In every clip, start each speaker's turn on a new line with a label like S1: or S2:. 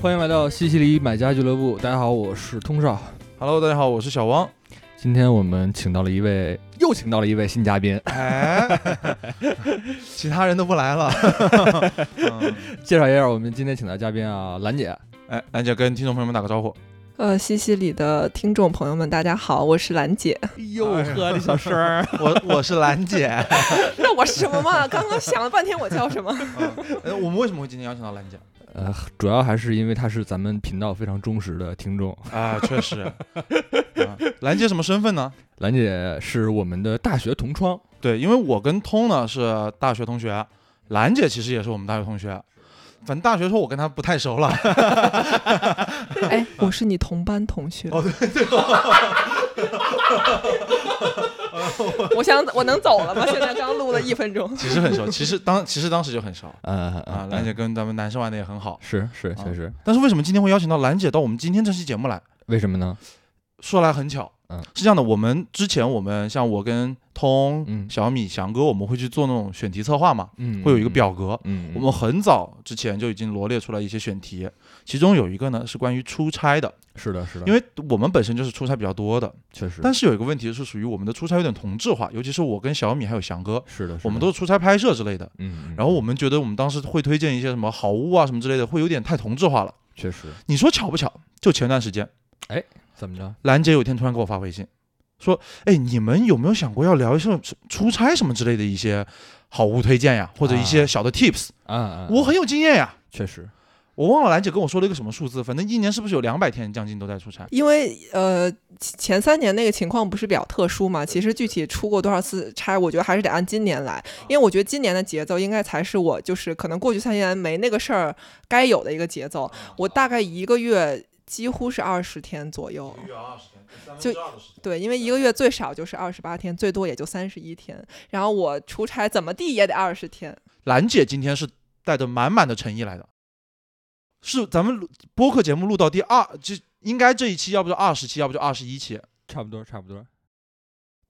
S1: 欢迎来到西西里买家俱乐部，大家好，我是通少。
S2: Hello，大家好，我是小汪。
S1: 今天我们请到了一位，又请到了一位新嘉宾，
S2: 哎，其他人都不 来了。嗯、
S1: 介绍一下我们今天请到的嘉宾啊，兰姐。
S2: 哎，兰姐跟听众朋友们打个招呼。
S3: 呃，西西里的听众朋友们，大家好，我是兰姐。
S1: 哟呵，这小声儿，
S2: 我我是兰 姐。
S3: 那我是什么 嘛？刚刚想了半天，我叫什么？
S2: 哎我们为什么会今天邀请到兰姐？
S1: 呃，主要还是因为她是咱们频道非常忠实的听众。
S2: 啊，确实。 啊兰姐什么身份呢？
S1: 兰姐是我们的大学同窗，
S2: 对，因为我跟通呢是大学同学，兰姐其实也是我们大学同学。反正大学时候我跟她不太 熟了。
S3: 哎，我是你同班同学。
S2: 哦
S3: 对对。 我想我能走了吗？现在刚录了一分钟。
S2: 其实很熟，其实当其实当时就很熟
S1: 呃
S2: 啊。兰姐啊跟咱们男生玩的也很好，
S1: 是是确实，
S2: 但是为什么今天会邀请到兰姐到我们今天这期节目来？
S1: 为什么呢？
S2: 说来很巧，
S1: 嗯
S2: 是这样的，我们之前我们像我跟通、
S1: 嗯
S2: 小米、翔哥，我们会去做那种选题策划嘛，
S1: 嗯，
S2: 会有一个，表格。
S1: 嗯，
S2: 我们很早之前就已经罗列出来一些选题，其中有一个呢是关于出差的，
S1: 是的，是的，
S2: 因
S1: 为
S2: 为我们本身就是出差比较多的，
S1: 确实，
S2: 但是有一个问题是属于我们的出差有点同质化，尤其是我跟小米还有翔哥，
S1: 是的，
S2: 我们都是出差拍摄之类的，
S1: 嗯，
S2: 然后我们觉得我们当时会推荐一些什么好物啊什么之类的，会有点太同质化了。
S1: 确实
S2: 你说巧不巧？就前段时间，
S1: 怎么着？啊
S2: 兰姐有一天突然给我发微信，说：“哎，你们有没有想过要聊一些出差什么之类的一些好物推荐呀，或者一些小的 tips？、
S1: 啊啊，
S2: 我很有经验呀。”
S1: 确实，
S2: 我忘了兰姐跟我说了一个什么数字，反正一年是不是有两百天将近都在出差？
S3: 因为呃，前三年那个情况不是比较特殊嘛？其实具体出过多少次差，我觉得还是得按今年来，因为我觉得今年的节奏应该才是我就是可能过去三年没那个事儿该有的一个节奏。我大概一个月几乎是二十天左右，
S2: 嗯
S3: 就对，因为一个月最少就是二十八天，最多也就三十一天。然后我出差怎么地也得二十天，
S2: 兰姐今天是带着满满的诚意来的，是咱们录播客节目录到第二，就应该这一期要不就二十期，要不就二十一期，
S1: 差不多，差不多，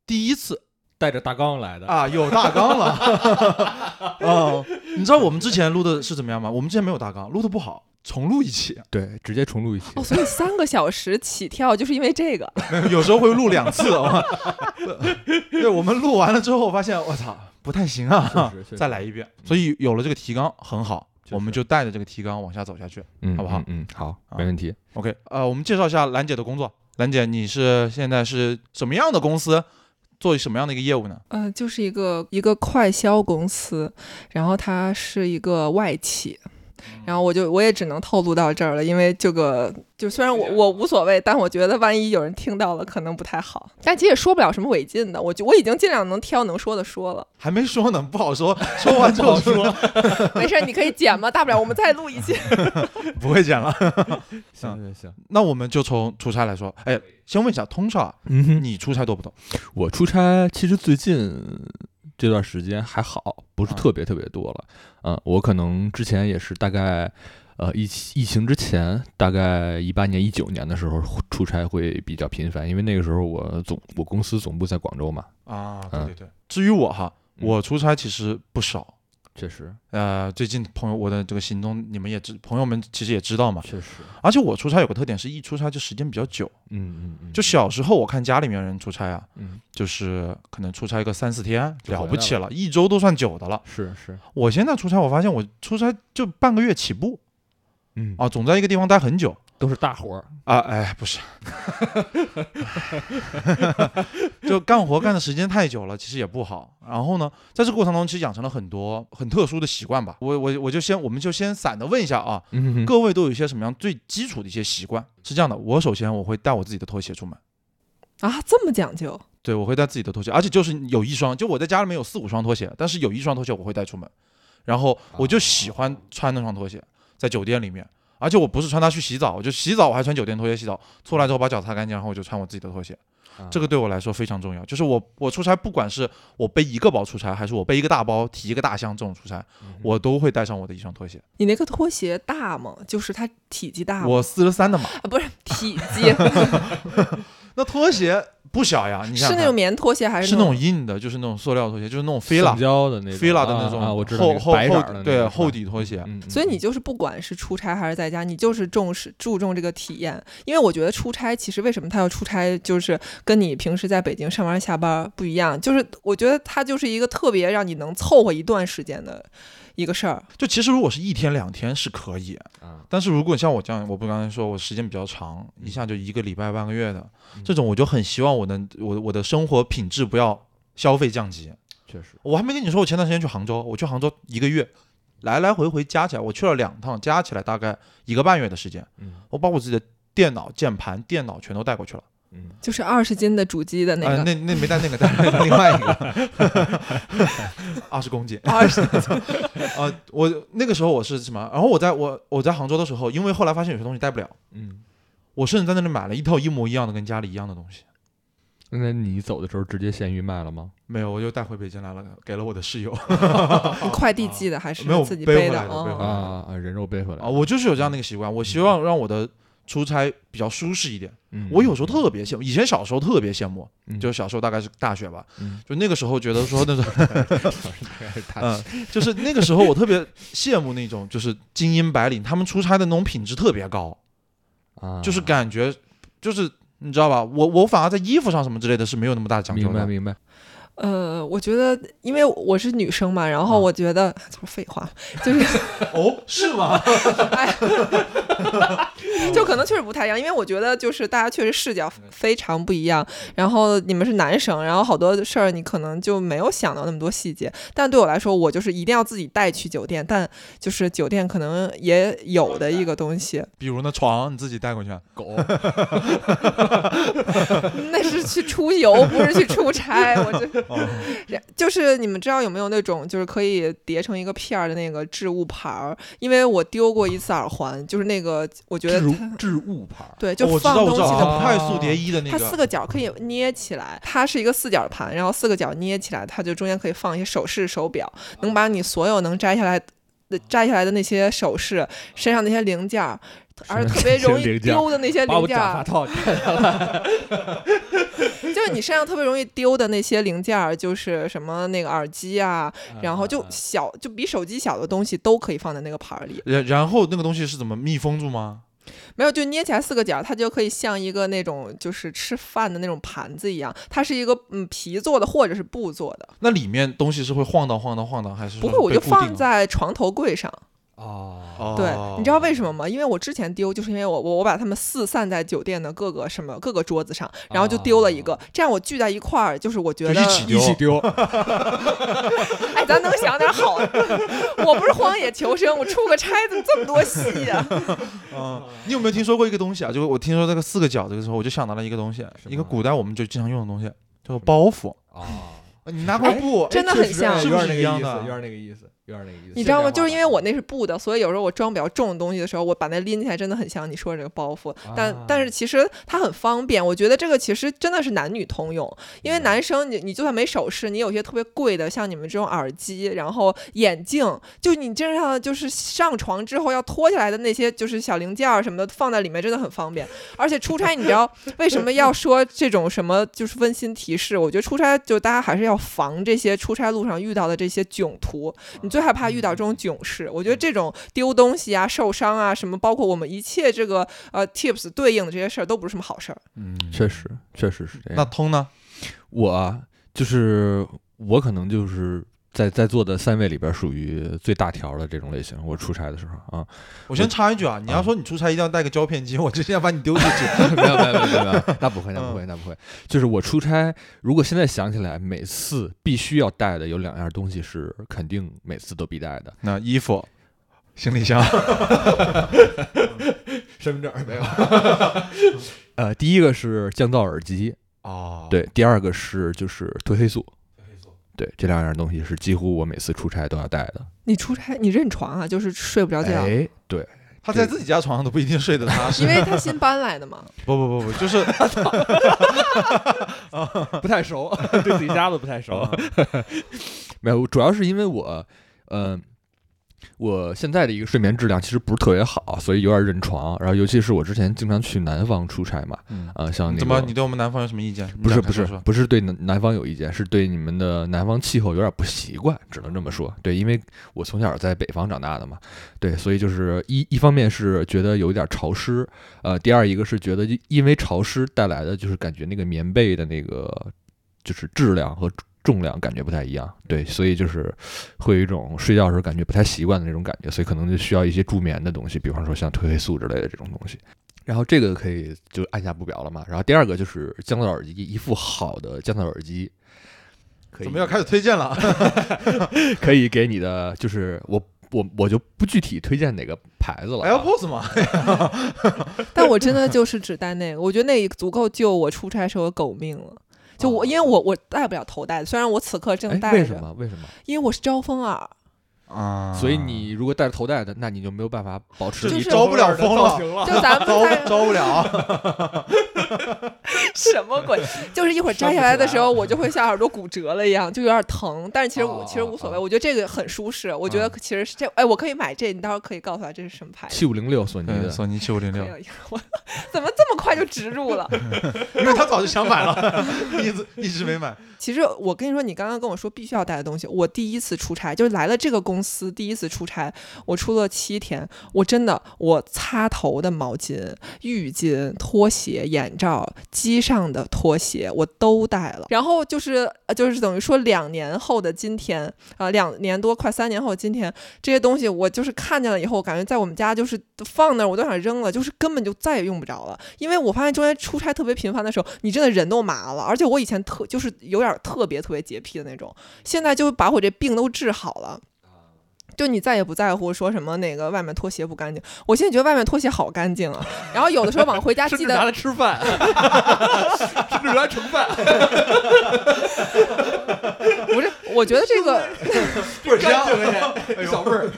S2: 第一次
S1: 带着大纲来的
S2: 啊，有大纲了。 哦，你知道我们之前录的是怎么样吗？我们之前没有大纲，录的不好，重录一期，
S1: 对，直接重录一期
S3: 哦，所以三个小时起跳就是因为这个。
S2: 有时候会录两次。哦 对，我们录完了之后发现，我操，不太行啊
S1: 是是是，
S2: 再来一遍。所以有了这个提纲很好，
S1: 是
S2: 我们就带着这个提纲往下走下去。
S1: 嗯，
S2: 好不好
S1: 嗯，嗯好，
S2: 啊
S1: 没问题。
S2: OK，呃，我们介绍一下兰姐的工作。兰姐，你是现在是什么样的公司，做什么样的一个业务呢？
S3: 呃，就是一个一个快销公司，然后它是一个外企，
S2: 嗯
S3: 然后我就我也只能透露到这儿了，因为这个就虽然我我无所谓，但我觉得万一有人听到了可能不太好，但其实也说不了什么违禁的，我就我已经尽量能挑能说的 说了，
S2: 还没说呢，不好 说，说完之后说，
S3: 没事儿，你可以剪嘛，大不了我们再录一 期。
S2: 不会剪了。
S1: 行行行，
S2: 那我们就从出差来说，哎，先问一下，通少啊，
S1: 嗯哼，
S2: 你出差多不多？
S1: 我出差其实最近这段时间还好，不是
S2: 啊
S1: 特别特别多了。嗯，我可能之前也是大概，呃，疫情疫情之前，大概一八年、一九年的时候出差会比较频繁，因为那个时候我总我公司总部在广州嘛，
S2: 啊，
S1: 嗯
S2: 对对对。至于我哈，
S1: 嗯
S2: 我出差其实不少。
S1: 确实
S2: 呃，最近朋友我的这个行踪，你们也知，朋友们其实也知道嘛。
S1: 确实，
S2: 而且我出差有个特点是，一出差就时间比较久。
S1: 嗯嗯嗯，
S2: 就小时候我看家里面人出差啊，
S1: 嗯
S2: 就是可能出差个三四天，
S1: 就回来
S2: 了不起了，一周都算久的了。
S1: 是是，
S2: 我现在出差，我发现我出差就半个月起步
S1: 嗯
S2: 啊，总在一个地方待很久
S1: 都是大活儿，
S2: 啊。哎，不是， 就干活干的时间太久了，其实也不好。然后呢，在这个过程中，其实养成了很多很特殊的习惯吧。我我我就先，我们就先散的问一下啊，
S1: 嗯哼
S2: 各位都有一些什么样最基础的一些习惯？是这样的，我首先我会带我自己的拖鞋出门。
S3: 啊，这么讲究，
S2: 对，我会带自己的拖鞋，而且就是有一双，就我在家里面有四五双拖鞋，但是有一双拖鞋我会带出门，然后我就喜欢穿那双拖鞋，在酒店里面，而且我不是穿它去洗澡，我就洗澡我还穿酒店拖鞋洗澡，出来之后把脚擦干净，然后我就穿我自己的拖鞋，
S1: 啊
S2: 这个对我来说非常重要。就是我我出差，不管是我背一个包出差，还是我背一个大包提一个大箱这种出差，
S1: 嗯
S2: 我都会带上我的一双拖鞋。
S3: 你那个拖鞋大吗？就是它啊体积大吗？
S2: 我四十三的码，
S3: 啊，不是体积，
S2: 那拖鞋不小呀， 你想
S3: 是那种棉拖鞋还
S2: 看
S3: 是
S2: 是那种
S3: 种
S2: 硬的，就是那种塑料拖鞋，就是那种菲拉
S1: 橡胶的那种
S2: 菲拉的那
S1: 啊
S2: 种
S1: 啊，我知道
S2: 厚
S1: 那个
S2: 厚
S1: 白色
S2: 厚
S1: 儿的那
S2: 对
S1: 种
S2: 厚底拖鞋，
S1: 嗯嗯
S3: 所以你
S1: 嗯
S3: 就是不管是出差还是在家，你就是重视注重这个体验，因为我觉得出差其实为什么他要出差，就是跟你平时在北京上班下班不一样，就是我觉得它就是一个特别让你能凑合一段时间的一个事儿。
S2: 就其实如果是一天两天是可以，
S1: 啊
S2: 但是如果像我这样，我不刚才说我时间比较长，一下就一个礼拜半个月的
S1: 嗯
S2: 这种，我就很希望我能我我的生活品质不要消费降级。
S1: 确实
S2: 我还没跟你说，我前段时间去杭州，我去杭州一个月，来来回回加起来，我去了两趟，加起来大概一个半月的时间，
S1: 嗯
S2: 我把我自己的电脑、键盘、电脑全都带过去了。
S1: 嗯
S3: 就是二十斤的主机的那
S2: 呃
S3: 个，
S2: 那那没带那个，带了另外一个，二十公斤。
S3: 二十、
S2: 呃，我那个时候我是什么？然后我在我我在杭州的时候，因为后来发现有些东西带不了，
S1: 嗯，
S2: 我甚至在那里买了一套一模一样的跟家里一样的东西。嗯
S1: 那你走的时候直接闲鱼卖了吗？
S2: 没有，我就带回北京来了，给了我的室友
S3: 快递寄的还
S2: 啊
S3: 是
S2: 没有
S3: 自己
S2: 背回
S3: 的？
S2: 来的背回来
S3: 哦，
S2: 的
S1: 啊啊，人肉背回来
S2: 啊！我就是有这样的一个习惯，我希望让我的出差比较舒适一点。
S1: 嗯
S2: 我有时候特别羡慕，以前小时候特别羡慕，
S1: 嗯
S2: 就是小时候大概是大学吧，
S1: 嗯
S2: 就那个时候觉得说那种，
S1: 他
S2: 嗯， 就是那个时候我特别羡慕那种就是精英白领，他们出差的那种品质特别高，
S1: 啊，
S2: 就是感觉就是你知道吧？我我反而在衣服上什么之类的是没有那么大讲究
S1: 明白
S2: 的。
S1: 明白，
S3: 呃，我觉得因为我是女生嘛，
S2: 啊
S3: 然后我觉得、哎这不是废话，就是
S2: 哦，是吗？
S3: 哎，就可能确实不太一样，因为我觉得就是大家确实视角
S2: 嗯
S3: 非常不一样。然后你们是男生，然后好多事儿你可能就没有想到那么多细节。但对我来说，我就是一定要自己带去酒店，但就是酒店可能也有的一个东西，
S2: 比如那床你自己带过去啊，
S1: 狗
S3: 那是去 出游，不是去出差。我这
S2: 哦
S3: 就是你们知道有没有那种就是可以叠成一个片儿的那个置物牌儿？因为我丢过一次耳环，就是那个我觉得
S1: 置物
S3: 它
S1: 置物牌儿，
S3: 对，
S2: 哦
S3: 就
S2: 我知
S3: 放
S2: 道，我
S3: 东
S2: 知
S3: 西
S2: 道，
S3: 的
S2: 啊快速叠衣的那
S3: 它四
S2: 个，
S3: 个角可以捏起来，它是一个四角盘，然后四个角捏起来，它就中间可以放一些首饰、手表，能把你所有能摘下来的、摘下来的那些首饰、身上那些零件儿，而且特别容易丢的那些零件儿，
S1: 套戴上了，
S3: 就是你身上特别容易丢的那些零件儿，就是什么那个耳机啊， 然后就小就比手机小的东西都可以放在那个盘儿里，
S2: 然然后那个东西是怎么密封住吗？
S3: 没有，就捏起来四个角，它就可以像一个那种就是吃饭的那种盘子一样，它是一个嗯皮做的或者是布做的。
S2: 那里面东西是会晃荡晃荡晃荡，还是
S3: 不
S2: 说
S3: 会，我
S2: 嗯被
S3: 就
S2: 固定
S3: 放
S2: 了？
S3: 在床头柜上。
S1: 哦，
S2: 哦
S3: 对，你知道为什么吗？因为我之前丢，就是因为我我我把它们四散在酒店的各个什么各个桌子上，然后就丢了一个，这样我聚在一块儿，就是我觉
S2: 哦就
S3: 得
S2: 一，起丢
S1: 丢，
S3: 哎，咱能想点好的。 我不是荒野求生，我出个差怎么这么多戏啊呀、
S2: 嗯，你有没有听说过一个东西啊？就我听说这个四个角这个时候，我就想到了一个东西，
S1: 什么
S2: 一个古代我们就经常用的东西，叫做包袱。哎
S1: 哦，
S2: 你拿块布，
S3: 真的很像
S1: 有
S2: 是不是
S1: 点那个
S2: 一
S1: 意
S2: 样
S1: 思，
S2: 的
S1: 有点那个意思，有点那个意思。
S3: 你知道吗？就是因为我那是布的，所以有时候我装比较重的东西的时候，我把它拎起来，真的很像你说的这个包袱。但
S1: 啊
S3: 但是其实它很方便，我觉得这个其实真的是男女通用，因为
S1: 明白
S3: 男生你你就算没首饰，你有些特别贵的，像你们这种耳机，然后眼镜，就你真上就是上床之后要脱下来的那些就是小零件儿什么的，放在里面真的很方便。而且出差，你知道 为什么要说这种什么就是温馨提示？我觉得出差就大家还是要防这些出差路上遇到的这些囧途，你最害怕遇到
S1: 嗯
S3: 这种囧事。我觉得这种丢东西啊、受伤啊什么，包括我们一切这个呃 tips 对应的这些事儿，都不是什么好事儿。
S2: 嗯，
S1: 确实确实是这样。
S2: 那通呢？
S1: 我啊，就是我可能就是在在座的三位里边儿属于最大条的这种类型。我出差的时候啊，
S2: 我先插一句啊，你
S1: 嗯
S2: 要说你出差一定要带个胶片机，我就现在把你丢出去。
S1: 没有没有没有没有没有， 那不会那不会那不会，就是我出差，如果现在想起来，每次必须要带的有两样东西是肯定每次都必带的，
S2: 那衣服、行李箱，
S1: 身份证没
S2: 哦
S1: 有。呃，第一个是降噪耳机，
S2: 哦，
S1: 对，第二个是就是褪黑素，对，这两样东西是几乎我每次出差都要带的。
S3: 你出差，你认床啊，就是睡不着觉，
S1: 哎，对，
S2: 他在自己家床上都不一定睡得踏实
S3: 因。为他新搬来 的嘛。
S2: 不不不不，就是
S1: 不太熟，
S2: 啊
S1: 对自己家都不太熟。没有，主要是因为我，呃，我现在的一个睡眠质量其实不是特别好，所以有点认床。然后尤其是我之前经常去南方出差嘛，
S2: 嗯，
S1: 啊、像那个
S2: 怎么你对我们南方有什么意见？
S1: 不是
S2: 你展开
S1: 不是
S2: 说说
S1: 不是对南南方有意见，是对你们的南方气候有点不习惯，只能这么说。对，因为我从小在北方长大的嘛，对，所以就是一一方面是觉得有一点潮湿，呃，第二一个是觉得因因为潮湿带来的就是感觉那个棉被的那个就是质量和重量感觉不太一样，对，所以就是会有一种睡觉的时候感觉不太习惯的那种感觉，所以可能就需要一些助眠的东西，比方说像褪黑素之类的这种东西。然后这个可以就按下不表了嘛。然后第二个就是降噪耳机，一副好的降噪耳机，可以
S2: 怎么要开始推荐了？
S1: 可以给你的就是我我我就不具体推荐哪个牌子了啊。
S2: AirPods 嘛，
S3: 但我真的就是只戴那个，我觉得那足够救我出差时候的狗命了。就我，因为我我戴不了头戴，虽然我此刻正
S1: 哦哎，
S3: 戴
S1: 为什
S3: 着，
S1: 么？为什么？
S3: 因为我是招风耳，
S2: 啊
S1: 所以你如果戴着头戴的，那你就没有办法保持
S2: 就
S1: 你
S2: 你
S3: 是
S2: 招不了风了，
S1: 了。
S3: 就咱们
S2: 招
S3: 在
S2: 招不了。
S3: 什么鬼？就是一会儿摘下来的时候，我就会像耳朵骨折了一样，就有点疼。但是其实我
S1: 哦
S3: 其实无所谓，
S1: 哦
S3: 我觉得这个很舒适。我觉得其实是这，哎，我可以买这，你到时候可以告诉他这是什么牌子。
S1: 七五零六索尼
S2: 对，
S1: 的，
S2: 索尼七五零
S3: 可
S2: 六，
S3: 以，我 怎么这么快就植入了？
S2: 因为他早就想买了， 一直一直没 买。
S3: 其实我跟你说，你刚刚跟我说必须要带的东西，我第一次出差就是来了这个公司第一次出差，我出了七天，我真的我擦头的毛巾、浴巾、拖鞋、眼罩、机上的拖鞋我都带了，然后就是呃就是等于说两年后的今天啊、呃两年多快三年后的今天，这些东西我就是看见了以后，我感觉在我们家就是放那儿我都想扔了，就是根本就再也用不着了。因为我发现中间出差特别频繁的时候，你真的人都麻了。而且我以前特就是有点特别特别洁癖的那种，现在就把我这病都治好了。就你再也不在乎说什么那个外面拖鞋不干净，我现在觉得外面拖鞋好干净啊。然后有的时候 往回家记得
S1: 来吃饭，甚至拿来盛饭，
S3: 不是，我觉得这个
S2: 不是香，小味儿。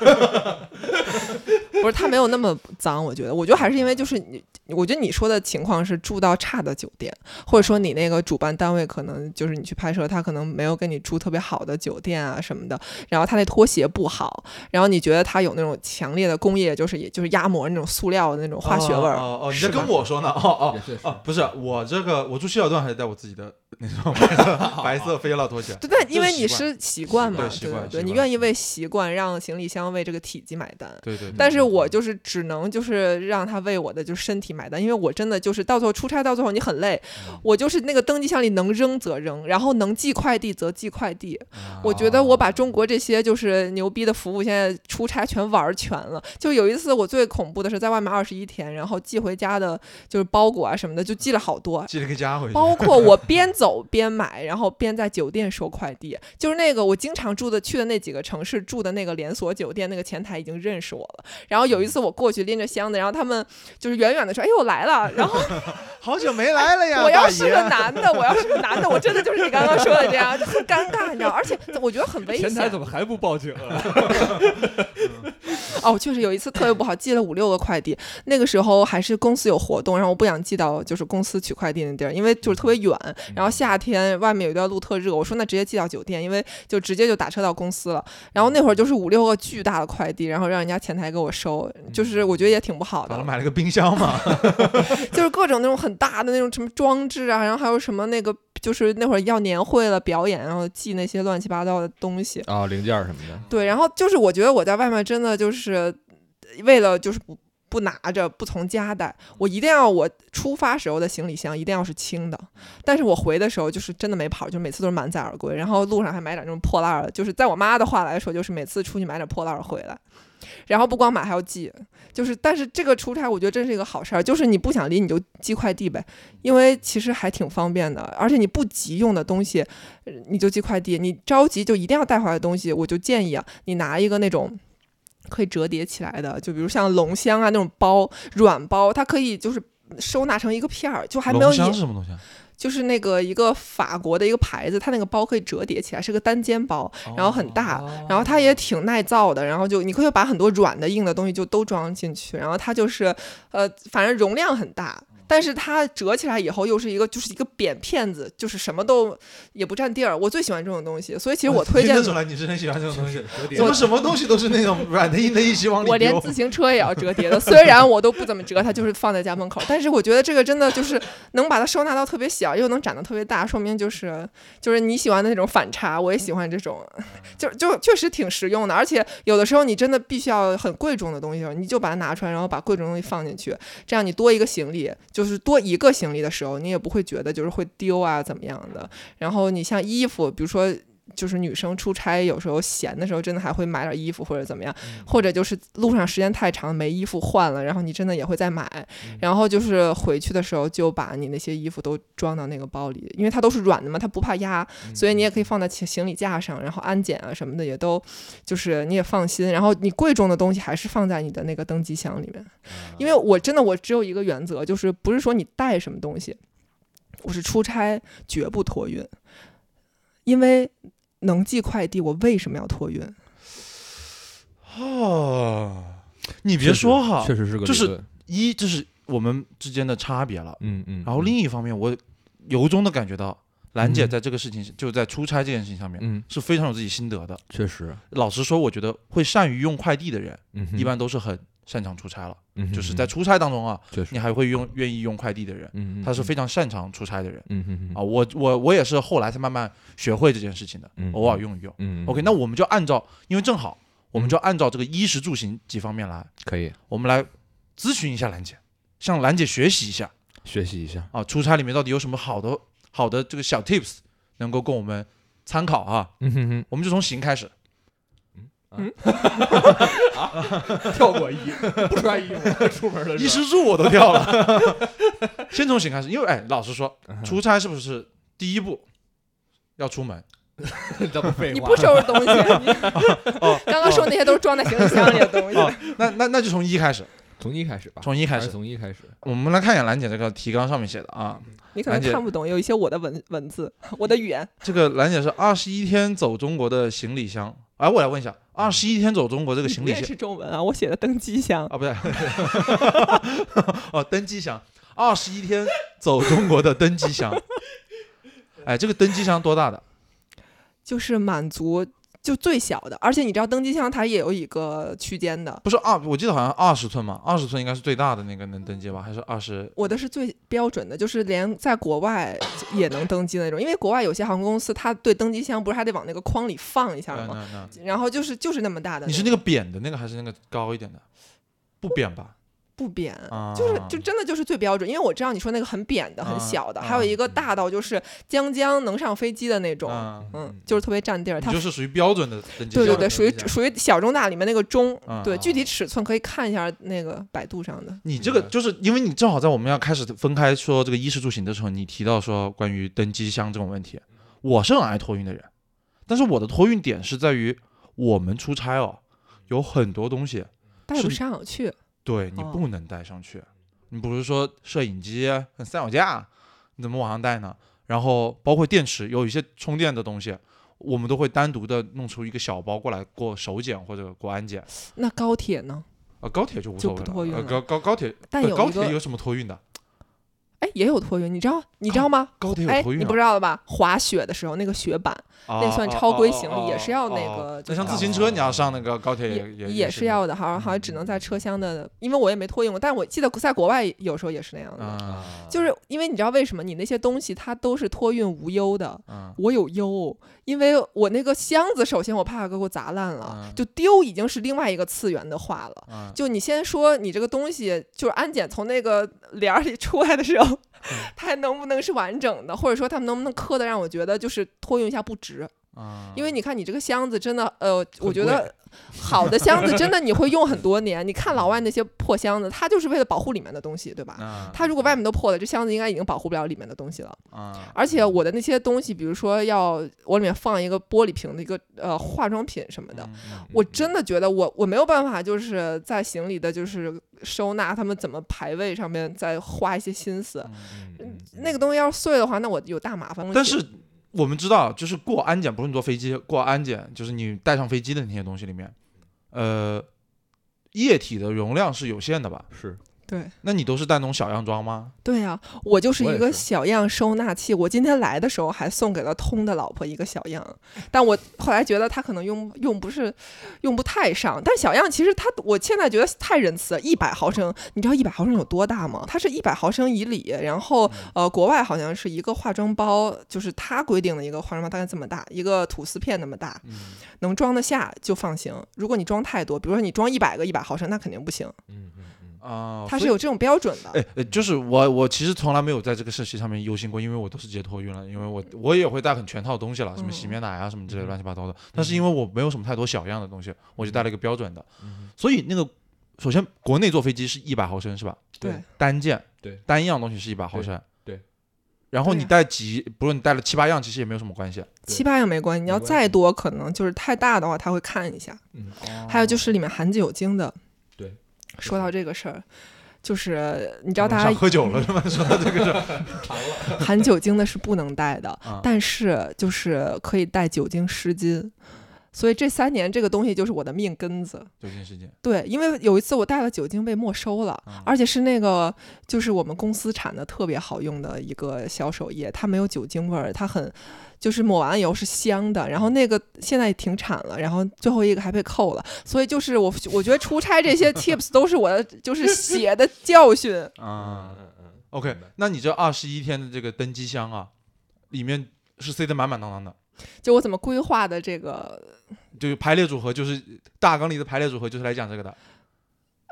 S3: 不是它没有那么脏，我觉得，我觉得还是因为就是你，我觉得你说的情况是住到差的酒店，或者说你那个主办单位可能就是你去拍摄，他可能没有给你住特别好的酒店啊什么的，然后他那拖鞋不好，然后你觉得它有那种强烈的工业，就是也就是压模那种塑料的那种化学味儿，
S2: 哦哦，哦你
S1: 是
S2: 在
S1: 吧
S2: 跟我说呢？哦哦
S1: 也确实
S2: 哦， 不是，我这个我住希尔顿还是带我自己的那 种白色白色飞乐拖鞋。
S3: 对，但
S2: 这
S3: 因为
S2: 习
S3: 你
S2: 惯
S3: 是习惯嘛，
S2: 对习
S3: 对
S2: 惯
S3: 对
S2: 习
S3: 对，你
S2: 惯
S3: 愿意为习惯让行李箱为这个体积买单。
S2: 对对，对
S3: 但是我就是只能就是让他为我的就是身体买单，因为我真的就是到最后出差到最后你很
S2: 嗯
S3: 累，我就是那个登机箱里能扔则扔，然后能寄快递则寄快递。
S2: 嗯啊
S3: 我觉得我把中国这些就是牛逼的服务现在出差全玩全了。就有一次我最恐怖的是在外面二十一天，然后寄回家的就是包裹啊什么的就寄了好多，
S2: 寄了个家回去。
S3: 包括我边走边买，然后边在酒店收快递，就是那个我经常住的去的那几个城市住的那个连锁酒店，那个前台已经认识我了。然后有一次我过去拎着箱子，然后他们就是远远的说：“哎呦，我来了。”然后
S2: 好久没来了呀，
S3: 我要
S2: 大
S3: 是
S2: 爷
S3: 个男的，我要是个男的，我真的就是你刚刚说的这样，就很尴尬，你知道？而且我觉得很危险。
S1: 么还不报警啊？
S3: 哦，确实有一次特别不好，寄了五六个快递。那个时候还是公司有活动，然后我不想寄到就是公司取快递那地儿，因为就是特别远，然后夏天外面有一段路特热，我说那直接寄到酒店，因为就直接就打车到公司了。然后那会儿就是五六个巨大的快递，然后让人家前台给我收，就是我觉得也挺不好
S2: 咋
S3: 的
S2: 了？，买了个冰箱嘛，
S3: 就是各种那种很大的那种什么装置啊，然后还有什么那个就是那会儿要年会了表演，然后寄那些乱七八糟的东西。
S1: 啊，零件什么的，
S3: 对，然后就是我觉得我在外面真的就是为了就是不不拿着不从家带，我一定要我出发时候的行李箱一定要是轻的，但是我回的时候就是真的没跑，就每次都是满载而归，然后路上还买点那种破烂儿的，就是在我妈的话来说，就是每次出去买点破烂儿回来。然后不光买还要寄，就是但是这个出差我觉得真是一个好事儿，就是你不想离你就寄快递呗，因为其实还挺方便的，而且你不急用的东西，呃你就寄快递，你着急就一定要带回来的东西，我就建议啊，你拿一个那种。可以折叠起来的，就比如像龙箱啊那种包，软包，它可以就是收纳成一个片儿，就还没有
S2: 龙
S3: 你
S2: 箱是什么东西啊？
S3: 就是那个一个法国的一个牌子，它那个包可以折叠起来，是个单肩包，
S2: 哦
S3: 然后很大，然后它也挺耐造的，然后就你可以把很多软的、硬的东西就都装进去，然后它就是呃，反正容量很大。但是它折起来以后又是一个就是一个扁片子，就是什么都也不占地儿。我最喜欢这种东西，所以其实我推荐
S2: 听得出来哦你是很喜欢这种东西，
S1: 折叠
S2: 怎么什么东西都是那种软的硬的一起往里
S3: 我连
S2: 丢
S3: 自行车也要折叠的，虽然我都不怎么折，它就是放在家门口。但是我觉得这个真的就是能把它收纳到特别小，又能展得特别大，说明就是就是你喜欢的那种反差，我也喜欢这种，就就确实挺实用的。而且有的时候你真的必须要很贵重的东西的时候，你就把它拿出来，然后把贵重的东西放进去，这样你多一个行李，就是多一个行李的时候，你也不会觉得就是会丢啊怎么样的。然后你像衣服，比如说。就是女生出差，有时候闲的时候，真的还会买点衣服或者怎么样，或者就是路上时间太长没衣服换了，然后你真的也会再买，然后就是回去的时候就把你那些衣服都装到那个包里，因为它都是软的嘛，它不怕压，所以你也可以放在行行李架上，然后安检啊什么的也都就是你也放心，然后你贵重的东西还是放在你的那个登机箱里面，因为我真的我只有一个原则，就是不是说你带什么东西，我是出差绝不托运，因为能寄快递，我为什么要托运？
S2: 哦，你别说哈
S1: 确，实是个理论
S2: 就是一这是我们之间的差别了，
S1: 嗯嗯，
S2: 然后另
S1: 一
S2: 一方面，我由衷的感觉到兰姐
S1: 嗯
S2: 在这个事情就在出差这件事情上面
S1: 嗯
S2: 是非常有自己心得的。
S1: 确实，
S2: 老实说，我觉得会善于用快递的人，
S1: 嗯哼
S2: 一般都是很擅长出差了。
S1: 嗯哼
S2: 就是在出差当中啊，
S1: 确实
S2: 你还会用愿意用快递的人，
S1: 嗯
S2: 他是非常擅长出差的人
S1: 嗯嗯嗯
S2: 啊。我我我也是后来才慢慢学会这件事情的，
S1: 嗯
S2: 偶尔用一用。
S1: 嗯
S2: OK，那我们就按照，因为正好我们就按照这个衣食住行几方面来，
S1: 可以
S2: 我们来咨询一下兰姐，向兰姐学习一下
S1: 学习一下，
S2: 啊，出差里面到底有什么好的好的这个小 tips 能够供我们参考啊？
S1: 嗯哼 哼，
S2: 我们就从行开始，
S1: 跳过衣， 不穿衣服出门的
S2: 衣食住我都掉了， 先从行开始，因为哎，老实说，
S1: 嗯
S2: 出差是不是第一步要出门？
S1: 这不废
S3: 你不收拾东 西，啊你刚刚说那些都是装在行李箱里的东西。
S2: 哦那那那就从一开始，
S1: 从一开始吧，
S2: 从一开
S1: 还是
S2: 始，
S1: 从一开始，
S2: 我们来看一眼兰姐这个提纲上面写的啊，
S3: 你可能看不懂，有一些我的文文字，我的语言。
S2: 这个兰姐是二十一天走中国的行李箱。哎，我来问一下，二十一天走中国这个行
S3: 嗯你
S2: 李
S3: 也
S2: 箱
S3: 是中文啊，我写的登机箱。
S2: 啊，不对， 哦，登机箱，二十一天走中国的登机箱。哎，这个登机箱多大的？
S3: 就是满足就最小的，而且你知道登机箱它也有一个区间的，
S2: 不是二，我记得好像二十寸嘛，二十寸应该是最大的那个能登机吧？还是二十？
S3: 我的是最标准的，就是连在国外也能登机的那种，因为国外有些航空公司它对登机箱不是还得往那个框里放一下
S2: 那
S3: 吗？
S2: 呃那啊那，
S3: 然后就是就是那么大的，
S2: 你是那个扁的那个还是那个高一点的？不扁吧？
S3: 不扁。
S2: 啊，
S3: 就是就真的就是最标准，因为我知道你说那个很扁的、
S2: 啊
S3: 很小的，
S2: 啊
S3: 还有一个大到就是将将能上飞机的那种，
S2: 啊，
S3: 嗯，就是特别占地儿。
S2: 你
S3: 它
S2: 就是属于标准的登机箱。
S3: 对
S1: 标
S3: 对对，
S1: 准
S3: 属于
S1: 的
S3: 属于小中大里面那个中，
S2: 啊
S3: 对，
S1: 啊
S3: 具体尺寸可以看一下那个百度上的。
S2: 你
S1: 明
S2: 这个
S1: 白
S2: 就是因为你正好在我们要开始分开说这个衣食住行的时候，你提到说关于登机箱这种问题，
S3: 嗯
S2: 我是很爱托运的人，但是我的托运点是在于我们出差哦，
S3: 嗯
S2: 有很多东西
S3: 带不
S2: 是
S3: 上去，
S2: 对你
S3: 哦
S2: 不能带上去，你比如说摄影机、三脚架，你怎么往上带呢？然后包括电池，有一些充电的东西，我们都会单独的弄出一个小包过来过手检或者过安检。
S3: 那高铁呢？
S2: 啊，高铁就无
S3: 就
S2: 所
S3: 不
S2: 谓
S3: 托运
S2: 呃
S3: 了
S2: 高高高铁，
S3: 但
S2: 不
S3: 有
S2: 呃高
S3: 一个
S2: 铁有什么托运的？
S3: 哎，也有托运，你知道你知道吗？
S2: 高铁有
S3: 哎，
S2: 托运
S3: 你
S2: 啊
S3: 不知道了吧？滑雪的时候那个雪板，
S2: 那
S3: 算超规行李也是要那个
S2: 啊那
S3: 就是
S2: 像自
S1: 高
S2: 行
S1: 铁
S2: 车，你要上那个高铁
S3: 也
S2: 也
S3: 也是要的，嗯好像好像只能在车厢的，因为我也没托运过，但我记得在国外有时候也是那样的，
S2: 啊
S3: 就是因为你知道为什么你那些东西它都是托运无忧的。
S2: 啊
S3: 我有忧，因为我那个箱子，首先我怕给我砸烂了，
S2: 嗯
S3: 就丢已经是另外一个次元的话了。
S2: 啊！
S3: 就你先说你这个东西，就是安检从那个帘儿里出来的时候，它还能不能是完整的，或者说他们能不能刻的让我觉得就是托运一下不值？
S2: 啊
S3: 因为你看你这个箱子真的，呃，我觉
S2: 贵
S3: 得好的箱子真的你会用很多年。你看老外那些破箱子，它就是为了保护里面的东西，对吧？
S2: 啊
S3: 它如果外面都破了，这箱子应该已经保护不了里面的东西了。
S2: 啊
S3: 而且我的那些东西，比如说要我里面放一个玻璃瓶的一个呃化妆品什么的，
S2: 嗯嗯
S3: 我真的觉得我我没有办法，就是在行李的，就是收纳他们怎么排位上面再花一些心思。那个东西要是碎的话，那我有大麻烦了。
S2: 嗯但是我们知道，就是过安检，不是你坐飞机过安检，就是你带上飞机的那些东西里面，呃，液体的容量是有限的吧？
S1: 是
S3: 对
S2: 那你都是带那种小样装吗？
S3: 对呀、我就是
S2: 我
S3: 一
S2: 也
S3: 个
S2: 是
S3: 小样收纳器。我今天来的时候还送给了通的老婆一个小样，
S2: 嗯
S3: 但我后来觉得他可能用用不是用不太上。但小样其实它，我现在觉得太仁慈了，一百毫升，你知道一百毫升有多大吗？它是一百毫升以里，然后
S2: 嗯
S3: 呃，国外好像是一个化妆包，就是它规定的一个化妆包大概这么大，一个吐司片那么大，
S2: 嗯
S3: 能装得下就放行。如果你装太多，比如说你装一百个一百毫升，那肯定不行，
S1: 嗯嗯嗯，
S2: 啊，
S3: 它
S2: 哦
S3: 是
S2: 所以
S3: 有这种标准的。
S2: 哎，呃就是我我其实从来没有在这个事情上面忧心过，因为我都是直接托运了，因为我
S3: 嗯
S2: 我也会带很全套的东西了，什么洗面奶啊什么之类的乱七八糟的。
S3: 嗯
S2: 但是因为我没有什么太多小样的东西，我就带了一个标准的。
S1: 嗯
S2: 所以那个首先国内坐飞机是一百毫升是吧？
S3: 对，
S2: 单件
S1: 对
S2: 单一样东西是一百毫升。
S1: 对
S2: 然后
S3: 对啊哦
S2: 你
S3: 呀
S2: 带几，不论你带了七八样，其实也没有什么关系。
S3: 七八样没关系，你要
S1: 没关
S3: 再
S1: 系
S3: 多，可能就是太大的话，他会看一下。
S2: 哦
S3: 还有就是里面含酒精的。
S1: 对，
S3: 说到这个事儿，就是你知
S2: 知
S3: 道大家
S2: 喝酒了是吗？说到这个事儿，
S3: 含酒精的是不能带的，
S2: 啊
S3: 但是就是可以带酒精湿巾。所以这三年这个东西就是我的命根子。
S2: 酒精事件
S3: 对，因为有一次我带了酒精被没收了，
S2: 啊
S3: 而且是那个就是我们公司产的特别好用的一个小手液，它没有酒精味儿，它很就是抹完以后是香的。然后那个现在也停产了，然后最后一个还被扣了，所以就是我我觉得出差这些 tips 都是我的就是血的教训。
S2: 啊。
S1: 嗯嗯
S2: OK，
S1: 明白
S2: 那你这二十一天的这个登机箱啊，里面是塞得满满当当的，
S3: 就我怎么规划的这个，
S2: 就是排列组合，就是大纲里的排列组合，就是来讲这个的。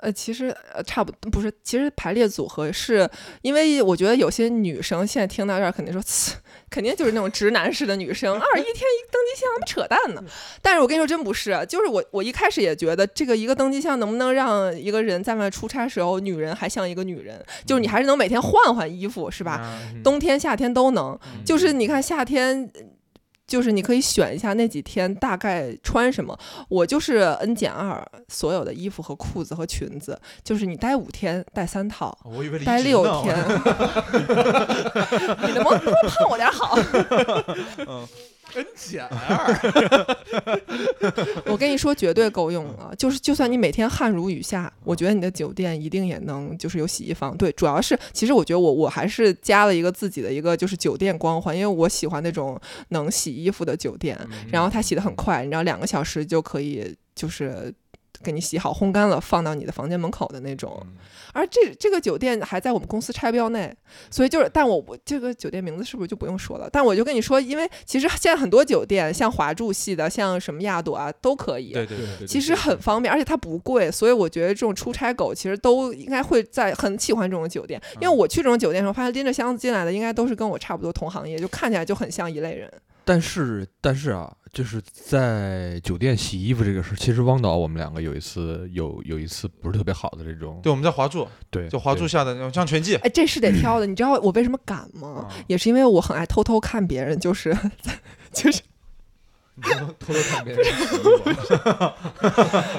S3: 呃，其实呃差不多不是，其实排列组合是因为我觉得有些女生现在听到这儿肯定说，呲肯定就是那种直男式的女生，二十一天一登机箱不扯淡呢。但是我跟你说真不是，啊就是我我一开始也觉得这个一个登机箱能不能让一个人在外出差时候，女人还像一个女人，就是你还是能每天换换衣服是
S2: 是
S3: 吧？？
S1: 嗯
S3: 冬天夏天都能，
S2: 嗯
S3: 就是你看夏天，呃就是你可以选一下那几天大概穿什么。我就是 N 减二，所有的衣服和裤子和裙子，就是你待五天带三套。
S2: 哦我以为离
S3: 待
S2: 职
S3: 六
S2: 呢
S3: 天，你能不能多胖我点儿好？ 啊
S1: 减二，
S3: 我跟你说，绝对够用了。就是，就算你每天汗如雨下，我觉得你的酒店一定也能就是有洗衣房。对，主要是其实我觉得我我还是加了一个自己的一个就是酒店光环，因为我喜欢那种能洗衣服的酒店。
S2: 嗯
S3: 然后它洗得很快，你知道两个小时就可以就是给你洗好烘干了，放到你的房间门口的那
S2: 嗯
S3: 种。而这这个酒店还在我们公司拆标内，所以就是，但我我这个酒店名字是不是就不用说了？但我就跟你说，因为其实现在很多酒店，像华住系的，像什么亚朵啊，都可以。
S2: 对对
S1: 对
S2: 对，
S1: 对对
S3: 其实很方便，而且它不贵，所以我觉得这种出差狗其实都应该会在很喜欢这种酒店，因为
S2: 嗯
S3: 我去这种酒店的时候，发现拎着箱子进来的应该都是跟我差不多同行业，就看起来就很像一类人。
S1: 但是但是啊，就是在酒店洗衣服这个事儿，其实汪导我们两个有一次有有一次不是特别好的这种，
S2: 对我们在华住，
S1: 对，
S2: 就华住
S1: 对
S2: 下的那嗯种像全季，
S3: 哎，这是得挑的。你知道我为什么敢吗？
S1: 嗯
S2: 啊
S3: 也是因为我很爱偷偷看别人，就是 就是
S2: 你偷偷偷 看别人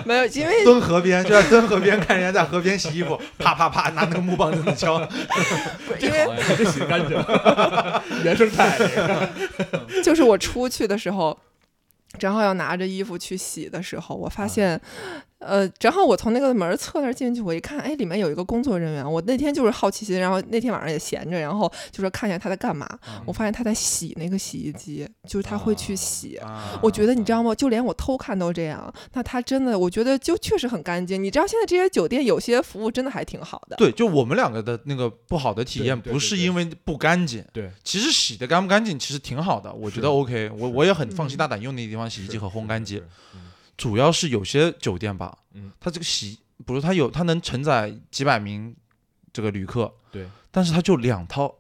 S3: 没有，因为
S2: 蹲河边，就在蹲河边看人家在河边洗衣服，啪啪啪拿那个木棒在那 敲，
S3: 因为
S1: 哎这洗干净，原生态。
S3: 就是我出去的时候，正好要拿着衣服去洗的时候，我
S1: 嗯
S3: 发现。呃，正好我从那个门侧那儿进去，我一看，哎，里面有一个工作人员。我那天就是好奇心，然后那天晚上也闲着，然后就说看一下他在干嘛。
S2: 嗯
S3: 我发现他在洗那个洗衣机，就是他会去
S1: 啊
S3: 洗。
S2: 啊
S3: 我觉得你知道吗？就连我偷看都这样，那他真的，我觉得就确实很干净。你知道现在这些酒店有些服务真的还挺好的。
S2: 对，就我们两个的那个不好的体
S1: 对
S2: 验，
S1: 对
S2: 不
S1: 对
S2: 是
S1: 对
S2: 因为不干净，
S1: 对，
S2: 其实洗的干不干净其实挺好的，我觉
S1: 是
S2: 得 OK，我
S1: 是
S2: 我也很
S3: 嗯
S2: 放心大胆用那个地方洗衣机
S1: 是
S2: 和烘干，机
S1: 是，嗯
S2: 主要是有些酒店吧，
S1: 嗯
S2: 它这个洗，不是它有它能承载几百名这个旅客，
S1: 对
S2: 但是它就两套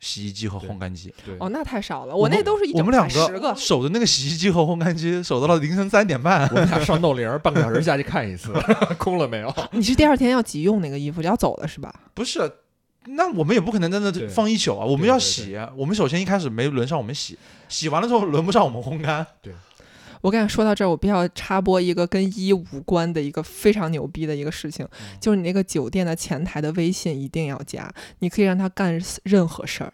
S2: 洗衣机和
S1: 对
S2: 烘干机，
S1: 对，
S3: 哦，那太少了，
S2: 我
S3: 我那
S2: 们
S3: 都是一
S2: 我
S3: 整
S2: 们
S3: 排
S2: 两
S3: 十
S2: 个
S3: 个。
S2: 守着那个洗衣机和烘干机，守到了凌晨三点半，
S1: 我 们俩上豆铃儿，半个小时下去看一次， 空了没 有？
S3: 你是第二天要急用那个衣服，要走了是吧？
S2: 不是。那我们也不可能在那
S1: 对
S2: 放一宿啊！我们
S1: 对
S2: 要
S1: 对
S2: 洗，我们首先一开始没轮上我们洗，洗完了之后轮不上我们烘干，
S3: 我跟你说到这儿，我必须要插播一个跟衣无关的一个非常牛逼的一个事情，
S1: 嗯
S3: 就是你那个酒店的前台的微信一定要加，你可以让他干任何事儿。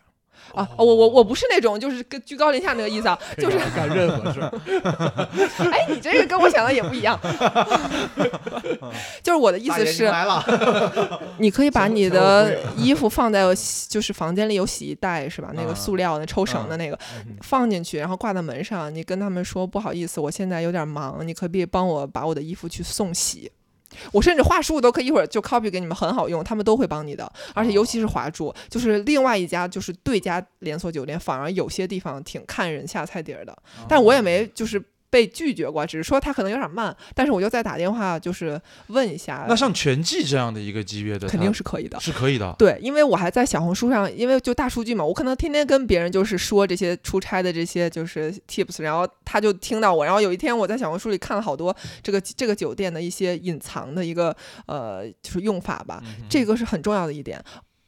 S3: 啊，
S2: 哦
S3: 我我我不是那种就是跟居高临下那个意思啊，就是
S1: 干任何事儿。
S3: 哎，你这个跟我想的也不 一样，就是我 的意
S4: 大
S3: 思
S4: 爷您
S3: 是，
S4: 来了，
S3: 你可以把
S4: 全
S3: 你
S4: 全
S3: 的
S4: 部
S3: 衣服放在洗就是房间里有洗衣袋是吧？那
S4: 嗯
S3: 个塑料的抽绳的那个
S4: 嗯
S3: 放进去，然后挂在门上。你跟他们说不好意思，我现在有点忙，你可不可以帮我把我的衣服去送洗？我甚至话术都可以一会儿就 copy 给你们，很好用，他们都会帮你的。而且
S4: 哦
S3: 尤其是华住，就是另外一家就是对家连锁酒店，反而有些地方挺看人下菜碟儿的。 但我也没就是被拒绝过，只是说他可能有点慢，但是我就再打电话就是问一 下，
S2: 那像拳击这样的一个级别的，
S3: 肯定是可以的
S2: 它。是可以的。
S3: 对，因为我还在小红书上，因为就大数据嘛，我可能天天跟别人就是说这些出差的这些就是 tips，然后他就听到我，然后有一天我在小红书里看了好多这个这个酒店的一些隐藏的一个呃就是用法吧，
S2: 嗯哼
S3: 啊这个是很重要的一点。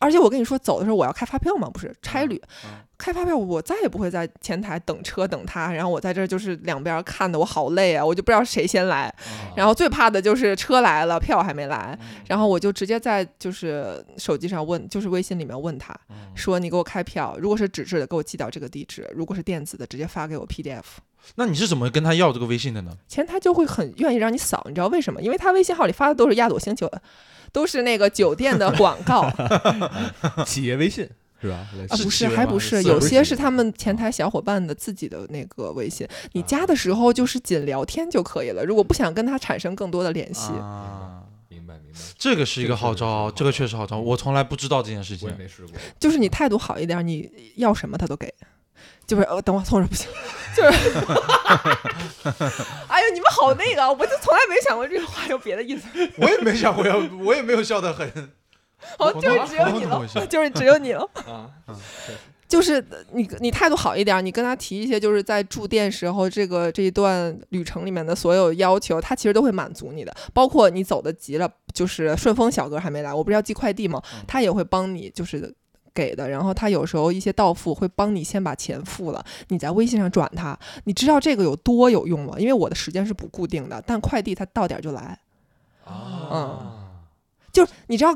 S3: 而且我跟你说，走的时候我要开发票嘛，不是差旅，
S2: 嗯
S3: 开发票我再也不会在前台等车等他，然后我在这儿就是两边看的我好累啊，我就不知道谁先来。
S2: 嗯
S1: 嗯
S3: 然后最怕的就是车来了，票还没来，然后我就直接在就是手机上问，就是微信里面问他
S2: 嗯
S3: 说你给我开票，如果是纸质的给我寄到这个地址，如果是电子的直接发给我 PDF。
S2: 那你是怎么跟他要这个微信的呢？
S3: 前台就会很愿意让你扫，你知道为什么？因为他微信号里发的都是亚朵星球，都是那个酒店的广告，
S1: 企业微信是吧？类
S3: 啊，
S1: 似
S2: 企
S3: 不是，
S2: 业
S3: 还
S2: 吗
S3: 不是，
S1: 是
S3: 有
S1: 不是
S3: 些
S1: 企
S3: 是
S1: 业
S3: 他们前台小伙伴的自己的那个微信，你
S2: 啊
S3: 加的时候就是仅聊天就可以了。如果不想跟他产生更多的联系，
S2: 啊，
S1: 明白明白，
S2: 这个是一个好嗯招，这
S1: 这
S2: 个
S1: 个
S2: 确
S1: 确
S2: 实
S1: 实
S2: 好
S1: 好
S2: 招，
S1: 招
S2: 我从来不知道这件事
S1: 我也
S2: 情。
S1: 没试过。
S3: 就是你态度好一点，你要什么他都给。就是呃，等我，等我说不行，就是， 哎呦，你们好那个，我就从来没想过这个话有别的意思，
S2: 我也没想过要， 我也没有笑得很。
S3: 哦，
S2: 我
S3: 就是
S2: 懂
S3: 只有
S2: 我
S3: 你
S2: 懂我
S3: 了，
S2: 懂
S3: 就是只有你了。
S1: 啊，
S3: 就是你你态度好一点，你跟他提一些就是在住店时候这个这一段旅程里面的所有要求，他其实都会满足你的，包括你走的急了，就是顺丰小哥还没来，我不是要寄快递吗
S2: 嗯？
S3: 他也会帮你就是。给的，然后他有时候一些到付会帮你先把钱付了，你在微信上转他，你知道这个有多有用吗？因为我的时间是不固定的，但快递他到点儿就来，嗯
S1: 啊，
S3: 就是你知道，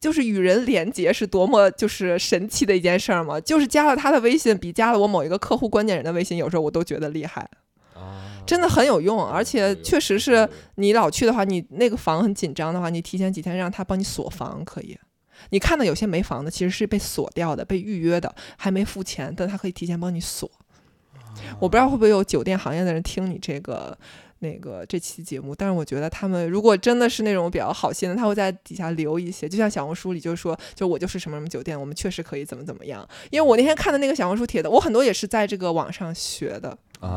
S3: 就是与人连接是多么就是神奇的一件事儿吗？就是加了他的微信，比加了我某一个客户关键人的微信，有时候我都觉得厉害，
S1: 啊
S3: 真的很有用。而且确实是
S1: 对对
S3: 你老去的话，你那个房很紧张的话，你提前几天让他帮你锁房可以。你看到有些没房的其实是被锁掉的、被预约的，还没付钱，但他可以提前帮你锁。我不知道会不会有酒店行业的人听你这个那个这期节目，但是我觉得他们如果真的是那种比较好心的，他会在底下留一些，就像小红书里就说，就我就是什么什么酒店，我们确实可以怎么怎么样。因为我那天看的那个小红书帖子，我很多也是在这个网上学的。
S1: 啊。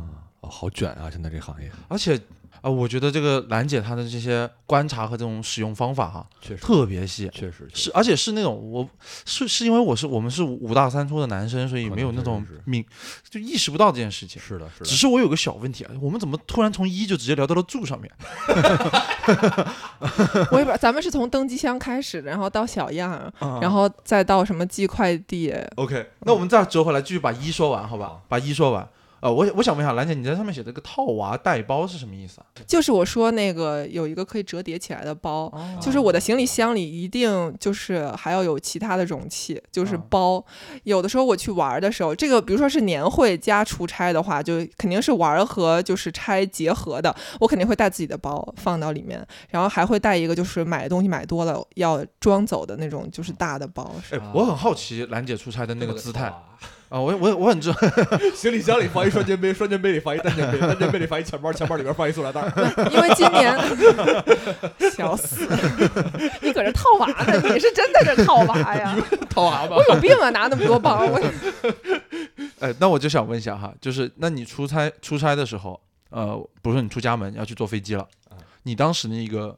S1: 哦好卷啊！现在这个行业
S2: 而且啊、我觉得这个兰姐她的这些观察和这种使用方法啊，
S1: 确实
S2: 特别细。
S1: 确实确
S2: 是，
S1: 实
S2: 而且是那种我是是因为我是我们是五大三粗的男生，所以
S1: 可
S2: 没有
S1: 能
S2: 那
S1: 确实
S2: 种
S1: 是
S2: 敏，就意识不到这件事情。
S1: 是的，是的
S2: 只。是我有个小问题啊，我们怎么突然从一就直接聊到了住上面？
S3: 我也不知道，咱们是从登机箱开始，然后到小样儿，然
S2: 然
S3: 后再到什么寄快递，嗯
S2: OK，那我们再折回来，继续把一说完，好吧？把一说完。呃，我我想问一下，兰姐，你在上面写的个套娃带包是什么意思啊？
S3: 就是我说那个有一个可以折叠起来的包，
S2: 哦
S3: 就是我的行李箱里一定就是还要有其他的容器，就是
S2: 啊
S3: 包。有的时候我去玩儿的时候，这个比如说是年会加出差的话，就肯定是玩儿和就是差结合的，我肯定会带自己的包放到里面，然后还会带一个就是买东西买多了要装走的那种就是大的包。
S2: 哎，我很好奇兰姐出差的那个姿态啊、，我我我很知
S4: 行李箱里放一双肩背，双肩背里放一单肩背，单肩背里放一钱包，钱包里边放一塑料袋。
S3: 因为今年，笑死， 你搁这套娃呢？你是真在这套娃呀？
S4: 套娃吧
S3: 我，有病啊！拿那么多包，我
S2: 哎，那我就想问一下哈，就是那你出差出差的时候，呃，比如说你出家门要去坐飞机了，
S3: 嗯
S2: 你当时那个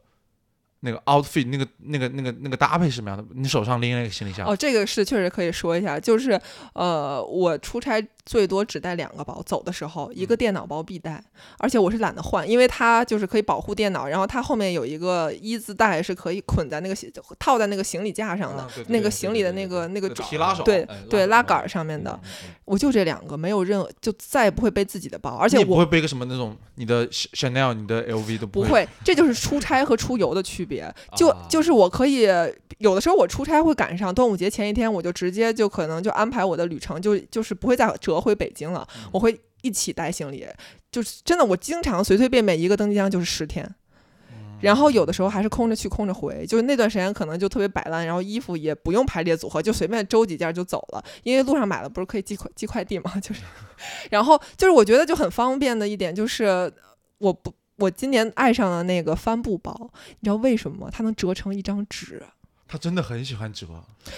S2: 那个 outfit 那个那个那个那个搭配是什么样的？你手上拎了一个行李箱，
S3: 哦，这个是确实可以说一下，就是呃，我出差最多只带两个包，走的时候一个电脑包必带，而且我是懒得换，因为它就是可以保护电脑，然后它后面有一个一字带是可以捆在那个行套在那个行李架上的，
S2: 啊对对
S3: 那
S2: 对
S3: 个
S1: 对
S3: 行
S1: 对
S3: 李的
S1: 对
S3: 那
S1: 对
S3: 个那个
S2: 那
S3: 爪
S4: 啊
S2: 提拉手
S3: 对
S1: 哎
S3: 对
S1: 拉
S3: 拉
S1: 手
S3: 杆儿上面的，
S1: 嗯嗯
S3: 我我就这两个，没有任何，就再也不会背自己的包，而
S2: 而
S3: 且
S2: 不
S3: 我
S2: 会背个什么那种你的 Chanel、你的 LV 都
S3: 不
S2: 会。
S3: 会，这就是出差和出游的区
S4: 嗯
S3: 别。就
S4: 啊
S3: 就是我可以有的时候我出差会赶上端午节前一天，我就直接就可能就安排我的旅程，就就是不会再折回北京了，我会一起带行李。就是真的，我经常随随便便一个登机箱就是十天。
S2: 嗯
S3: 然后有的时候还是空着去，空着回，就是那段时间可能就特别摆烂，然后衣服也不用排列组合，就随便周几件就走了。因为路上买了不是可以寄快寄快递嘛， 就是，然后就是我觉得就很方便的一点就是，我不我今年爱上了那个帆布包，你知道为什么吗？它能折成一张纸，
S2: 他真的很喜欢折，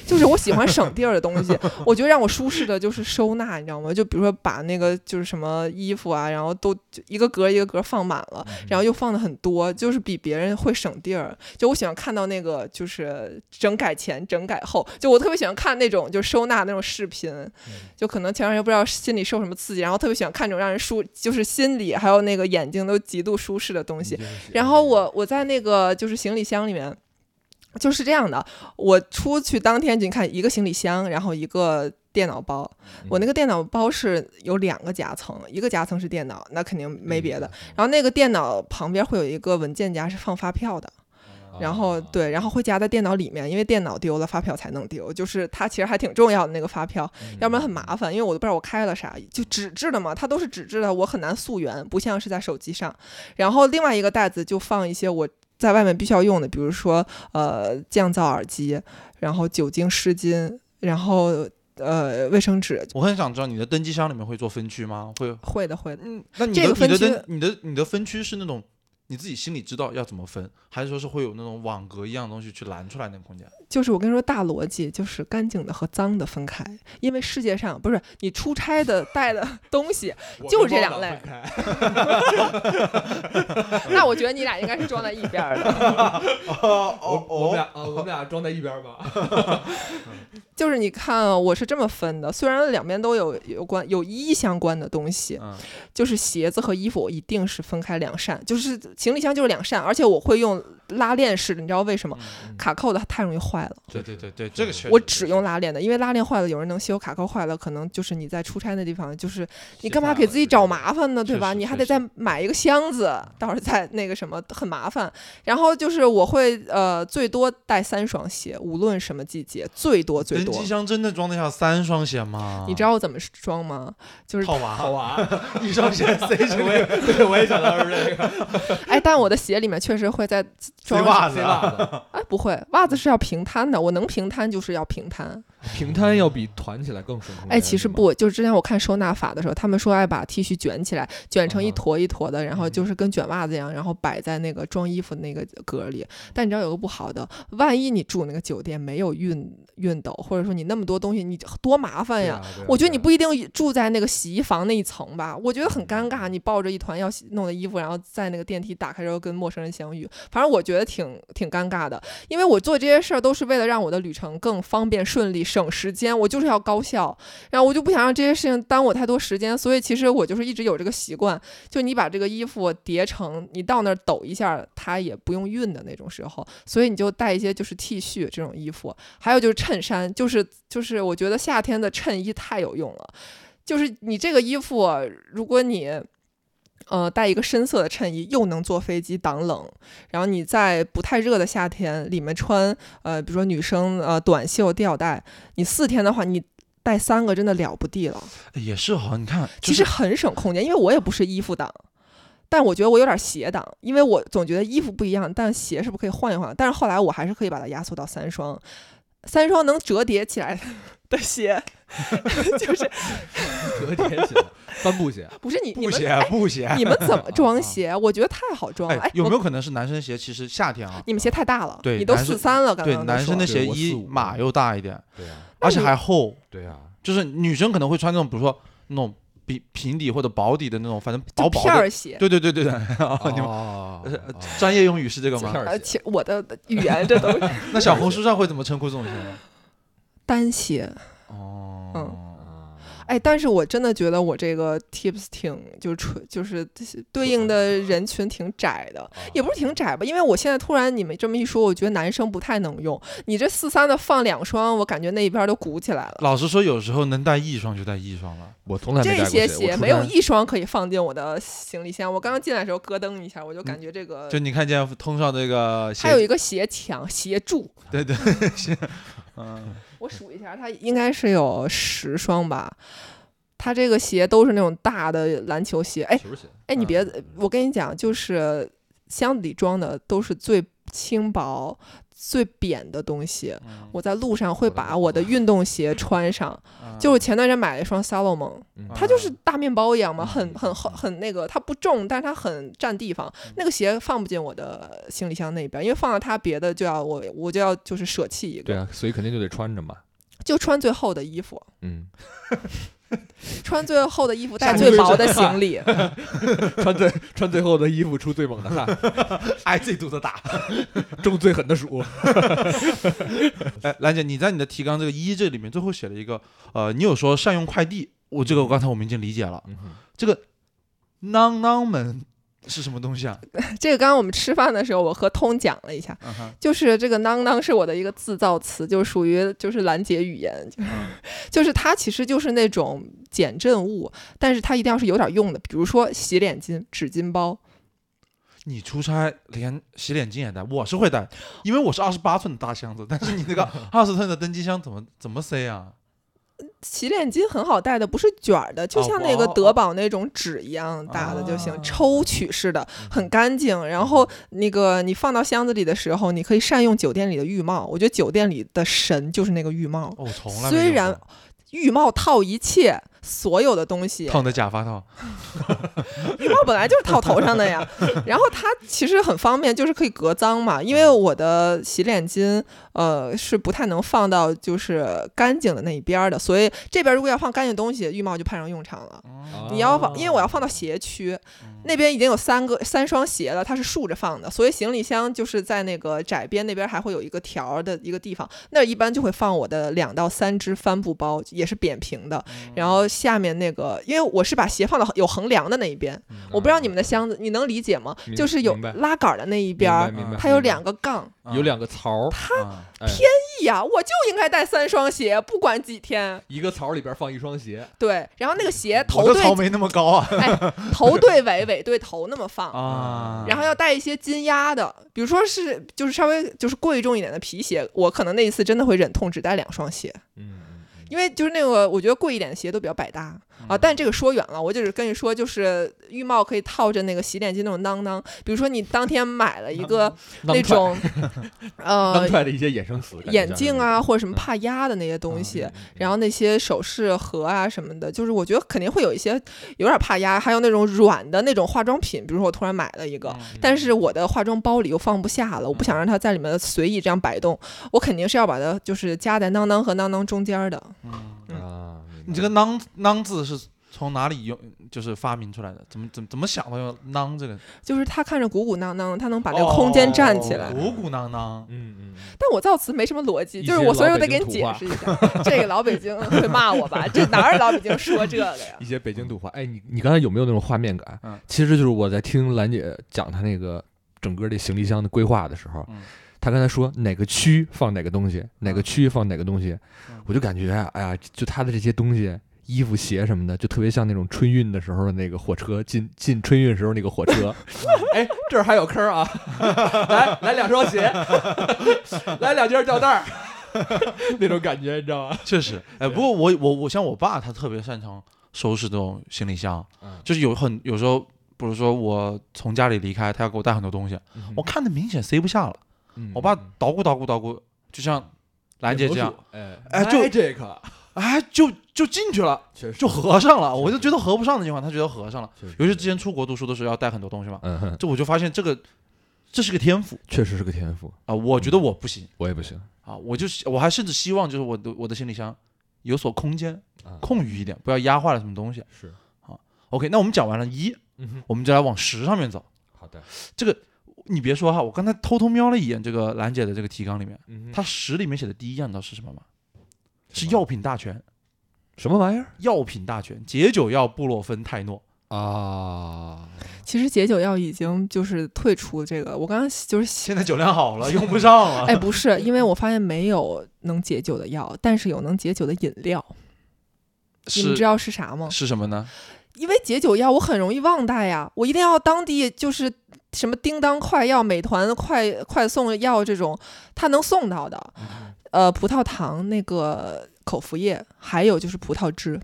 S3: 就是我喜欢省地儿的东西，我觉得让我舒适的就是收纳，你知道吗？就比如说把那个就是什么衣服啊，然后都就一个格儿一个格儿放满了，然后又放的很多，就是比别人会省地儿。就我喜欢看到那个就是整改前、整改后，就我特别喜欢看那种就收纳那种视频，就可能前段时间不知道心里受什么刺激，然后特别喜欢看这种让人舒，就是心里还有那个眼睛都极度舒适的东
S1: 嗯
S3: 西。然后我我在那个就是行李箱里面，就是这样的，我出去当天就你看一个行李箱，然后一个。电脑包，
S1: 嗯
S4: 嗯
S3: 我那个电脑包是有两个夹层，一个夹层是电脑，那肯定
S4: 嗯
S1: 嗯
S3: 没别的。然后那个电脑旁边会有一个文件夹是放发票的，
S1: 啊
S4: 嗯
S3: 然后对，然后会夹在电脑里面，因为电脑丢了，发票才能丢，就是它其实还挺重要的那个发票，
S4: 嗯
S1: 嗯
S3: 要不然很麻烦，因为我都不知道我开了啥，就纸质的嘛，它都是纸质的，我很难溯源，不像是在手机上。然后另外一个袋子就放一些我。在外面必须要用的，比如说呃降噪耳机，然后酒精湿巾，然后呃卫生纸，
S2: 我很想知道你的登机箱里面会做分区吗？会，
S3: 会的会的。
S2: 嗯，那你
S3: 这
S2: 的
S3: 个
S2: 你的
S3: 分区
S2: 登你的你的分区是那种你自己心里知道要怎么分，还是说是会有那种网格一样的东西去拦出来那个空间？
S3: 就是我跟你说，大逻辑就是干净的和脏的分开，因为世界上不是你出差的带的东 西，就是这两类。 那我觉得你俩应该是装在一 边儿的，
S4: 我我
S1: 哦
S4: 们俩啊，我们俩装在一边吧。
S3: 就是你看啊，我是这么分的，虽然两边都有有关有一相关的东西，
S2: 嗯，
S3: 就是鞋子和衣服，我一定是分开两扇，就是行李箱就是两扇，而且我会用拉链式的，你知道为什么？卡扣的太容易坏了。
S2: 嗯对对对对，这个确实
S3: 嗯我
S2: 确
S3: 只
S2: 实
S3: 用拉链的，因为拉链坏了有人能修，卡扣坏了可能就是你在出差的地方，就是你干嘛给自己找麻烦呢？对吧？
S2: 确实
S3: 你还
S2: 确
S3: 得再
S2: 实
S3: 买一个箱子，到时候再那个什么，很麻烦。然后就是我会呃最多带三双鞋，无论什么季节，最多最
S2: 登
S3: 多
S2: 机。啊箱真的装得下三双鞋吗？
S3: 你知道我怎么装吗？就是
S2: 套娃
S4: 好 玩，
S2: 一双鞋塞进
S4: 我也
S2: 去，
S4: 对，我也想到是这个。
S3: 哎，但我的鞋里面确实会再
S2: 塞
S3: 装一
S2: 袜子嗯
S4: 塞
S2: 啊，
S4: 袜子，
S3: 哎，不会，袜子是要平摊的，我能平摊就是要平摊。
S1: 平摊要比团起来更省空间。
S3: 哎，其
S1: 是
S3: 实
S1: 吗，
S3: 不，就是之前我看收纳法的时候，他们说爱把 T 恤卷起来，卷成
S1: 嗯
S3: 一
S2: 啊哈
S3: 坨一坨的，然后就是跟卷袜子一样，然后摆在那个装衣服那个格里。但你知道有个不好的，万一你住那个酒店没有熨熨斗，或者说你那么多东西，你多麻烦
S4: 对
S3: 呀！
S4: 啊对啊
S3: 我觉得
S4: 对
S3: 你
S4: 啊
S3: 不一定住在那个洗衣房那一层吧，我觉得很尴尬。你抱着一团要洗弄的衣服，然后在那个电梯打开之后跟陌生人相遇，反正我觉得挺挺尴尬的。因为我做这些事儿都是为了让我的旅程更方便顺利、省时间，我就是要高效。然后我就不想让这些事情耽误我太多时间，所以其实我就是一直有这个习惯，就你把这个衣服叠成，你到那儿抖一下，它也不用熨的那种时候，所以你就带一些就是 T 恤这种衣服，还有就是衬衫，就是就是我觉得夏天的衬衣太有用了，就是你这个衣服，啊如果你。呃，带一个深色的衬衣，又能坐飞机挡冷，然后你在不太热的夏天，里面穿呃，比如说女生呃短袖吊带，你四天的话，你带三个真的了不地了。
S2: 哎也是哈。你看，
S3: 其实很省空间，因为我也不是衣服党，但我觉得我有点鞋党，因为我总觉得衣服不一样，但鞋是不是可以换一换？但是后来我还是可以把它压缩到三双，三双能折叠起来的鞋， 就是
S1: 折叠起来， 帆布鞋，
S3: 不是你你
S2: 布
S3: 们哎
S2: 鞋布鞋，
S3: 你们 怎么装鞋？我觉得太好装了，
S2: 哎
S3: 哎，，
S2: 有没
S3: 有
S2: 有可能是男生鞋？其实夏天啊，
S3: 你们鞋太大了？
S2: 对
S3: 你都
S2: 男生
S3: 四三了，刚
S2: 对
S3: 刚都
S2: 男生的
S3: 说
S2: 鞋
S1: 对我
S2: 一
S1: 四五
S2: 码又大一点，
S1: 对啊，
S3: 那
S2: 而且
S3: 你
S2: 还厚，
S1: 对啊，
S2: 就是女生可能会穿那种，比如说那种比平底或者薄底的那种，反正薄薄
S3: 就片
S2: 的。
S3: 儿鞋。
S2: 对对 对对对，你们
S1: 哦
S2: 呃呃专业用语是这个
S1: 片
S2: 吗？
S1: 儿
S3: 而
S1: 鞋
S3: 且呃我的语言这都是
S2: 那小红书上会怎么称呼这种鞋呢？
S3: 单鞋，
S2: 哦
S3: 嗯，哎，但是我真的觉得我这个 tips 挺就是纯就是对应的人群挺窄的，哎也不是挺窄吧，因为我现在突然你们这么一说，我觉得男生不太能用。你这四三的放两双，我感觉那一边都鼓起来了。
S2: 老实说，有时候能带一双就带一双了。
S1: 我从来没
S3: 这
S1: 带过
S3: 些
S1: 鞋
S3: 鞋
S1: 我
S3: 没有
S1: 出差
S3: 一双可以放进我的行李箱。我刚刚进来的时候咯噔一下，我就感觉这个。
S2: 就你看见通上这个鞋，
S3: 呃还有一个鞋墙、鞋柱，
S2: 对对鞋，嗯，
S3: 我数一下，它应该是有十双吧。它这个鞋都是那种大的篮球鞋，哎
S1: 球鞋
S3: 哎，
S2: 嗯
S3: 你别，我跟你讲，就是箱子里装的都是最轻薄、最扁的东西。
S2: 嗯
S3: 我在路上会
S1: 我的
S3: 把
S1: 妈
S3: 我的运动鞋穿上，
S2: 嗯
S3: 就是前段时间买了一双 Salomon，
S1: 嗯
S3: 它就是大面包一样嘛，很
S1: 嗯
S3: 很厚很那个，它不重，但是它很占地方。那个鞋放不进我的行李箱那边，因为放到它别的就要我我就要就是舍弃一
S1: 对
S3: 个，
S1: 啊，所以肯定就得穿着嘛。
S3: 就穿最厚的衣服，
S1: 嗯，
S3: 穿最厚的衣服，带
S4: 下
S3: 最
S4: 面
S3: 薄
S4: 就
S3: 的
S4: 是
S3: 行李。
S4: 穿最穿最厚的衣服出最猛的汗，挨最毒的 打，中最狠的暑。
S2: 哎，兰姐，你在你的提纲这个一这里面最后写了一个，呃，你有说善用快递，我这个我刚才我们已经理解了。
S1: 嗯哼
S2: 这个囊囊门是什么东西啊？
S3: 这个刚刚我们吃饭的时候，我和通讲了一下，
S2: 嗯哼
S3: 就是这个“囔囔”是我的一个自造词，就属于就是拦截语言，就是、
S2: 嗯
S3: 就是它其实就是那种减震物，但是它一定要是有点用的，比如说洗脸巾、纸巾包。
S2: 你出差连洗脸巾也带，我是会 带，因为我是二十八寸的大箱子，但是你那个二十寸的登机箱怎么怎么塞啊？
S3: 洗脸巾很好带的，不是卷儿的，就像那个德宝那种纸一样大的就行，
S2: 哦
S3: 抽取式的，很干净。然后那个你放到箱子里的时候，你可以善用酒店里的浴帽，我觉得酒店里的神就是那个浴帽，
S2: 哦，我从来没
S3: 虽
S2: 用
S3: 然
S2: 过
S3: 浴帽套一切所有的东西，
S2: 套你的假发套，
S3: 浴帽本来就是套头上的呀，然后它其实很方便，就是可以隔脏嘛。因为我的洗脸巾，呃，是不太能放到就是干净的那一边儿的，所以这边如果要放干净东西，浴帽就派上用场了。
S2: 嗯
S3: 你要
S1: 哦嗯
S3: 放，因为我要放到鞋区，那边已经有三个三双鞋了，它是竖着放的，所以行李箱就是在那个窄边那边还会有一个条儿的一个地方，那儿一般就会放我的两到三只帆布包，也是扁平
S1: 哦
S3: 的，然后下面那个，因为我是把鞋放到有横梁的那一边，我不知道你们的箱子你能理解吗？
S1: 嗯明
S3: 就是有
S1: 明白
S3: 拉杆儿的那一边
S1: 明白
S3: 儿，
S1: 明白，
S3: 它有
S1: 明白
S3: 两个杠，
S1: 有两个槽儿，
S2: 他
S1: 哎
S3: 哎呀，我就应该带三双鞋，不管几天。
S1: 一个槽儿里边放一双鞋，
S3: 对，
S1: 嗯
S3: 然后那个鞋头
S2: 我的
S3: 对
S2: 槽没那么高 啊
S3: 头对尾，尾对头那么放。
S2: 啊，
S3: 嗯然后要带一些金压的，比如说是就是稍微就是贵重一点的皮鞋，我可能那一次真的会忍痛只带两双鞋，
S1: 嗯嗯嗯
S3: 因为就是那个我觉得贵一点的鞋都比较百搭啊。但这个说远了，我就是跟你说，就是浴帽可以套着那个洗脸巾那种囊囊，比如说你当天买了一个那 种
S1: 当
S3: 呃
S1: 出来的一些衍生词，感觉嗯
S3: 眼
S1: 像是
S3: 镜啊或者什么怕压的那些东西，
S1: 嗯
S3: 然后那些首饰盒啊什么的，就是我觉得肯定会有一些有点怕压，还有那种软的那种化妆品，比如说我突然买了一个，
S2: 嗯
S3: 但是我的化妆包里又放不下了，我不想让它在里面随意这样摆动，我肯定是要把它就是夹在囊囊和囊囊中间儿的。
S2: 嗯
S1: 嗯啊，明白
S2: 你这个囊囊字是从哪里用？就是发明出来的？怎么怎么怎么想到用囊这个？
S3: 就是它看着鼓鼓囊囊的，它能把那个空间占起来。
S2: 哦鼓鼓囊囊。
S1: 嗯嗯嗯
S3: 但我造词没什么逻辑，
S1: 一
S3: 就是
S1: 些
S3: 我所以
S1: 老
S3: 我得
S1: 北
S3: 给你
S1: 京
S3: 解
S1: 土话
S3: 释一下，这个老 北京会骂我吧？这哪儿老北京说这个呀
S1: 一？些北京土话。哎，你你刚才有没有那种画面感？
S2: 嗯
S1: 其实就是我在听兰姐讲她那个整个这行李箱的规划的时候，
S2: 嗯
S1: 她刚才说哪个区放哪个东西，哪个区放哪个东西，
S2: 嗯
S1: 我就感觉哎呀，就她的这些东西。衣服、鞋什么的，就特别像那种春运的时候的那个火车进进春运时候那个火 车，
S4: 哎，这儿还有坑儿 啊！来来两双鞋，来两件吊 带儿，那种感觉你知道吗？
S2: 确实，哎，不过我我我像我爸，他特别擅长收拾这种行李箱，
S1: 嗯
S2: 就是有很有时候，比如说我从家里离开，他要给我带很多东西，我看的明显塞不下了，
S1: 嗯
S2: 我爸
S1: 嗯
S2: 捣鼓捣鼓捣鼓，就像兰姐这样，，
S1: 哎，
S2: 哎就
S4: 这个
S2: 哎，就就进去了，
S1: 确实
S2: 就合上了，我就觉得合不上的地方，他觉得合上了。
S1: 确实
S2: 尤其之前出国读书的时候要带很多东西嘛，
S1: 嗯哼，
S2: 这我就发现这个这是个天赋
S1: 确实是个天赋，
S2: 啊，我
S1: 嗯
S2: 觉得我不行
S1: 我也不行。
S2: 啊，我就我还甚至希望就是我的我的行李箱有所空间
S1: 啊
S2: 空余一点，不要压坏了什么东西。
S1: 是，
S2: OK，那我们讲完了一，
S1: 嗯哼，
S2: 我们就来往十上面走。
S1: 好的，
S2: 你别说哈，我刚才偷偷瞄了一眼这个兰姐的这个提纲里面，
S1: 嗯哼
S2: 她十里面写的第一样，你知道是什么吗？是
S1: 什么
S2: 药品大全。
S1: 什么玩意儿
S2: 药品大全，解酒药布洛芬泰诺。
S1: 啊？
S3: 其实解酒药已经就是退出这个，我刚刚就 是
S2: 现在酒量好了，用不上了。
S3: 哎，不是，因为我发现没有能解酒的药，但是有能解酒的饮料。你们知
S2: 是
S3: 道是啥吗？
S2: 是什么呢？
S3: 因为解酒药我很容易忘带呀，我一定要当地就是什么叮当快药、美团快快送药这种，它能送到的。呃，葡萄糖那个口服液，还有就是葡萄汁，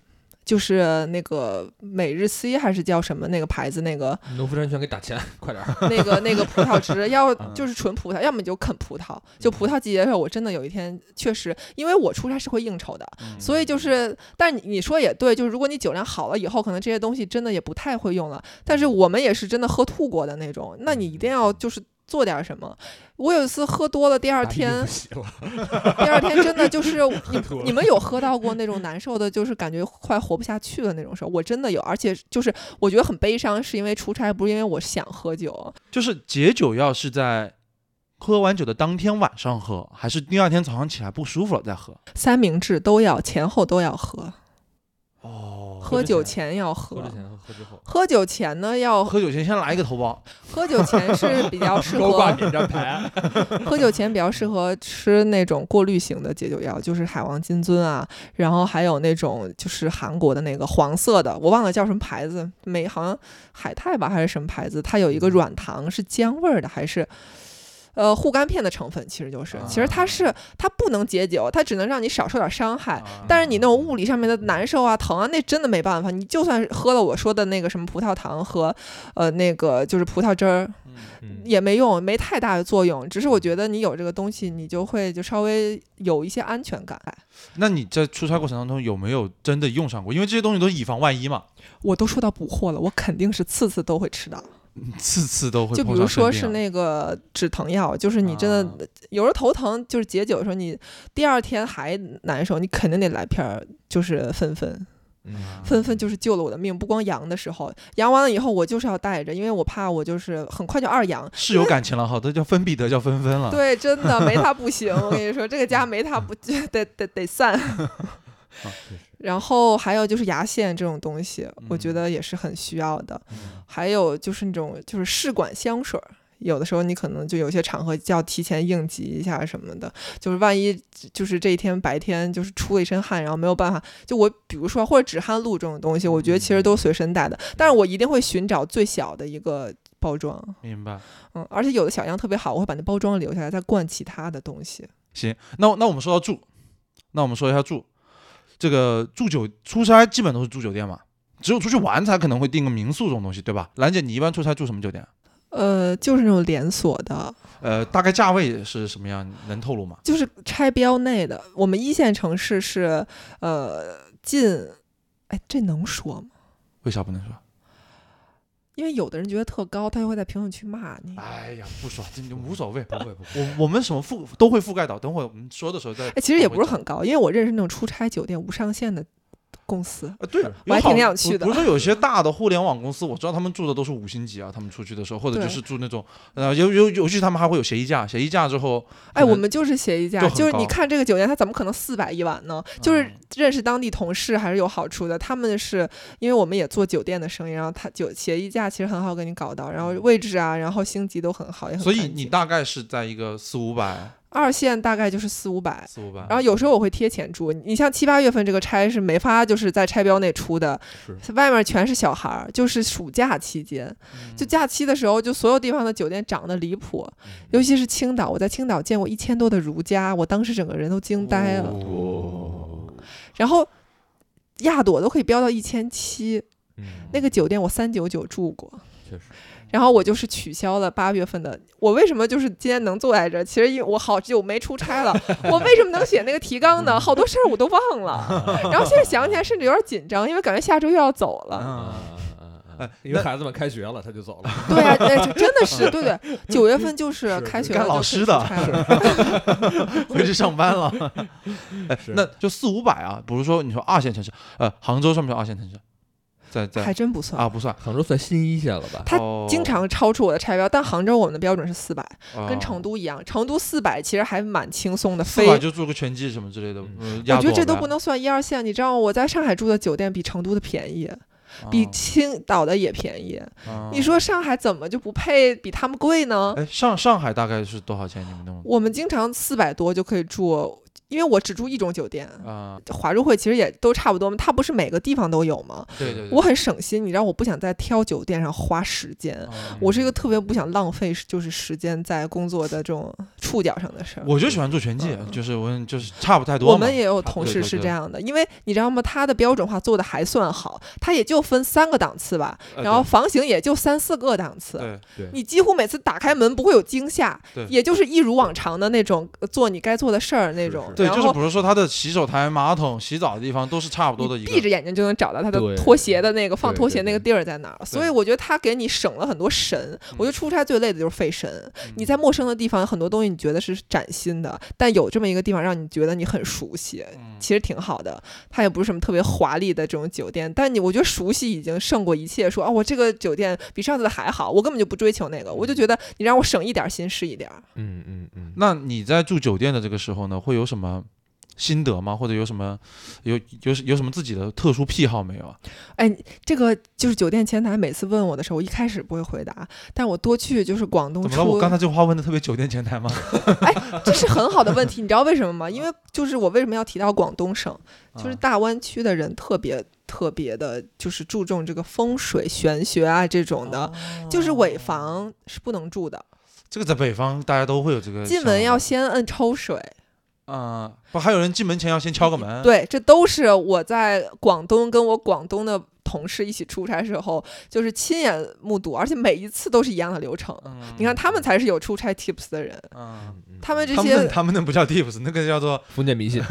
S3: 就是那个每日 C 还是叫什么那个牌子那个
S1: 农夫山泉给打钱，快点！
S3: 那个那个葡萄汁，要就是纯葡萄，要么你就啃葡萄。就葡萄季节的时候，我真的有一天确实，因为我出差是会应酬的，
S2: 嗯
S3: 所以就是，但你你说也对，就是如果你酒量好了以后，可能这些东西真的也不太会用了。但是我们也是真的喝吐过的那种，那你一定要就是。做点什么？我有一次喝多了，第 二 天，第二天真的就是你
S1: 多了
S3: 你们有喝到过那种难受的，就是感觉快活不下去了那种时候，我真的有，而且就是我觉得很悲伤，是因为出差，不是因为我想喝酒。
S2: 就是解酒药是在喝完酒的当天晚上喝，还是第二天早上起来不舒服了再喝？
S3: 三明治都要前后都要喝，
S2: 哦
S3: 喝酒前要喝
S1: 喝之，前和喝之后，
S3: 喝酒前呢要
S2: 喝酒前先来一个头孢，
S3: 喝酒前是比较适
S4: 高挂
S3: 合
S4: 免战牌，
S3: 喝酒前比较适合吃那种过滤型的解酒药，就是海王金樽啊，然后还有那种就是韩国的那个黄色的，我忘了叫什么牌子，美好像海泰吧还是什么牌子，它有一个软糖是姜味儿的，还是。呃，护肝片的成分其实就是，其实它是它不能解酒，它只能让你少受点伤
S2: 啊
S3: 害，哎但是你那种物理上面的难受啊、疼啊，那真的没办法。你就算是喝了我说的那个什么葡萄糖和呃那个就是葡萄汁儿，
S1: 嗯
S3: 也没用，没太大的作用。只是我觉得你有这个东西，你就会就稍微有一些安全感。
S2: 那你在出差过程当中有没有真的用上过？因为这些东西都是以防万一嘛，
S3: 我都说到补货了，我肯定是次次都会吃到。
S2: 次次都会
S3: 就比
S2: 碰上
S3: 如
S2: 生病啊。
S3: 说是那个止疼药，就是你真的、有时候头疼，就是解酒的时候，你第二天还难受，你肯定得来片儿，就是芬芬。
S1: 嗯
S3: 芬芬就是救了我的命，不光阳的时候，阳完了以后我就是要带着，因为我怕我就是很快就二阳。
S2: 是有感情了，好的叫芬必得，叫芬芬了。啊
S3: 对，真 的没他不行。我跟你说，这个家没他不 得得得散。然后还有就是牙线这种东西，我觉
S2: 嗯
S3: 得也是很需要的。
S2: 嗯
S3: 还有就是那种就是试管香水儿，有的时候你可能就有些场合就要提前应急一下什么的，就是万一就是这一天白天就是出了一身汗，然后没有办法，就我比如说或者止汗露这种东西，我觉得其实都随身带的，但是我一定会寻找最小的一个包装。
S2: 明白。
S3: 嗯，而且有的小样特别好，我会把那包装留下来，再灌其他的东西。
S2: 行，那那我们说到住，那我们说一下住，这个住酒出差基本都是住酒店嘛，只有出去玩才可能会订个民宿这种东西，对吧？兰姐，你一般出差住什么酒店？啊
S3: 呃，就是那种连锁的，
S2: 呃，大概价位是什么样？能透露吗？
S3: 就是拆标内的。我们一线城市是呃近，哎，这能说吗？
S2: 为啥不能说？
S3: 因为有的人觉得特高，他就会在评论区骂你。
S2: 哎呀，不说，这就无所谓。
S1: 不会不会，
S2: 我我们什么覆都会覆盖到，等会儿我们说的时候再。
S3: 哎，其实也不是很高，因为我认识那种出差酒店无上限的公司，
S2: 啊，对
S1: 是，
S2: 有
S3: 我还
S2: 好
S3: 挺想去的
S2: 不不是说有些大的互联网公司，我知道他们住的都是五星级啊，他们出去的时候，或者
S3: 对
S2: 就是住那种，呃，尤尤尤其他们还会有协议价，协议价之后，
S3: 哎，我们就是协议价，
S2: 就很
S3: 就是你
S2: 高嗯
S3: 看这个酒店，它怎么可能四百一晚呢？就是认识当地同事还是有好处的。他们是因为我们也做酒店的生意，然后他酒协议价其实很好给你搞到，然后位置啊，然后星级都很好，也很
S2: 嗯所以
S3: 干
S2: 你
S3: 净
S2: 大概是在一个四五百，
S3: 二线大概就是四五百，
S2: 四五百，
S3: 然后有时候我会贴钱住，你像七八月份这个差是没法就是在拆标内出的，外面全是小孩儿，就是暑假期间，
S2: 嗯
S3: 就假期的时候，就所有地方的酒店涨得离谱，尤其是青岛，我在青岛见过一千多的如家，我当时整个人都惊呆了。
S1: 哦，
S3: 然后亚朵都可以标到一千七，
S1: 嗯
S3: 那个酒店我三九九住过，
S1: 确实，
S3: 然后我就是取消了八月份的。我为什么就是今天能坐在这儿？其实因为我好久没出差了，我为什么能写那个提纲呢？好多事儿我都忘了，然后现在想起来甚至有点紧张，因为感觉下周又要走了。
S2: 嗯，
S1: 哎
S2: 哎，
S1: 因为孩子们开学了，他就走了。
S3: 对啊，对，就真的是对对， 九月份就是
S1: 是
S3: 开学
S2: 干
S3: 了
S2: 老
S3: 就可以
S2: 师
S3: 出
S2: 的
S3: 差了
S2: 回去上班了， 哎
S1: 是
S2: 那就四五百啊，比如说你说二线城市，呃，杭州算不算二线城市？在在
S3: 还真不算。
S2: 啊，不算，
S1: 杭州算新一线了吧？
S3: 它
S2: 哦
S3: 经常超出我的拆标，但杭州我们的标准是四百，
S2: 啊
S3: 跟成都一样，成都四百其实还蛮轻松的，
S2: 四
S3: 非
S2: 百就做个拳击什么之类的，嗯
S3: 我
S2: 压
S3: 觉得
S2: 过
S3: 这
S2: 们
S3: 都
S2: 呀
S3: 不能算一二线。你知道我在上海住的酒店比成都的便宜，比
S2: 啊
S3: 青岛的也便宜。
S2: 啊
S3: 你说上海怎么就不配比他们贵呢？
S2: 哎，上上海大概是多少钱？你们弄
S3: 我们经常四百多就可以住，因为我只住一种酒店。
S2: 啊？
S3: 华住汇其实也都差不多嘛，它不是每个地方都有吗？
S2: 对对对，
S3: 我很省心，你知道我不想在挑酒店上花时间，
S2: 啊
S3: 我是一个特别不想浪费就是时间在工作的这种触角上的事儿。
S2: 我就喜欢做拳击，
S3: 嗯
S2: 就是我就是差不太多嘛。
S3: 我们也有同
S2: 对
S3: 事
S2: 对
S3: 是
S2: 对
S3: 这样的，因为你知道吗？他的标准化做的还算好，他也就分三个档次吧，
S2: 呃
S3: 然后房型也就三四个档次。
S2: 对
S3: 你几乎每次打开门不会有惊吓
S2: 对，
S3: 也就是一如往常的那种呃做你该做的事儿那
S1: 是
S3: 种
S1: 是。
S2: 对对，
S3: 然
S2: 就是
S3: 后
S2: 比如说他的洗手台、马桶、洗澡的地方都是差不多的
S3: 你
S2: 一
S3: 闭
S2: 个。
S3: 着眼睛就能找到他的
S1: 对
S3: 拖鞋的那个放
S1: 对
S3: 拖
S1: 对
S3: 鞋那个地儿在哪儿，所以我觉得他给你省了很多神。
S2: 嗯
S3: 我觉得出差最累的就是费神，你在陌生的地方很多东西你觉得是崭新的，但有这么一个地方让你觉得你很熟悉，
S2: 嗯
S3: 其实挺好的，它也不是什么特别华丽的这种酒店，但你我觉得熟悉已经胜过一切。说啊，我这个酒店比上次的还好，我根本就不追求那个，我就觉得你让我省一点心是一点儿。
S1: 嗯嗯嗯，
S2: 那你在住酒店的这个时候呢，会有什么心得吗？或者有什么有有有什么自己的特殊癖好没有啊？
S3: 哎，这个就是酒店前台每次问我的时候，我一开始不会回答，但我多去就是广东
S2: 怎么
S3: 出，
S2: 了？我刚才这话问的特别酒店前台吗？
S3: 这是很好的问题，你知道为什么吗？
S2: 嗯
S3: 因为就是我为什么要提到广东省，
S2: 啊
S3: 就是大湾区的人特别特别的，就是注重这个风水玄学啊这种
S2: 哦
S3: 的，就是尾房是不能住的，
S2: 这个在北方大家都会有呃这个
S3: 进门要先摁抽水。
S2: 啊，不还有人进门前要先敲个门？
S3: 对，这都是我在广东跟我广东的同事一起出差时候，就是亲眼目睹，而且每一次都是一样的流程。
S2: 嗯，
S3: 你看，他们才是有出差 tips 的人，
S2: 嗯。
S3: 他们这
S2: 他们那
S3: 些
S2: 他们那不叫 tips，那个叫做
S1: 封建迷信，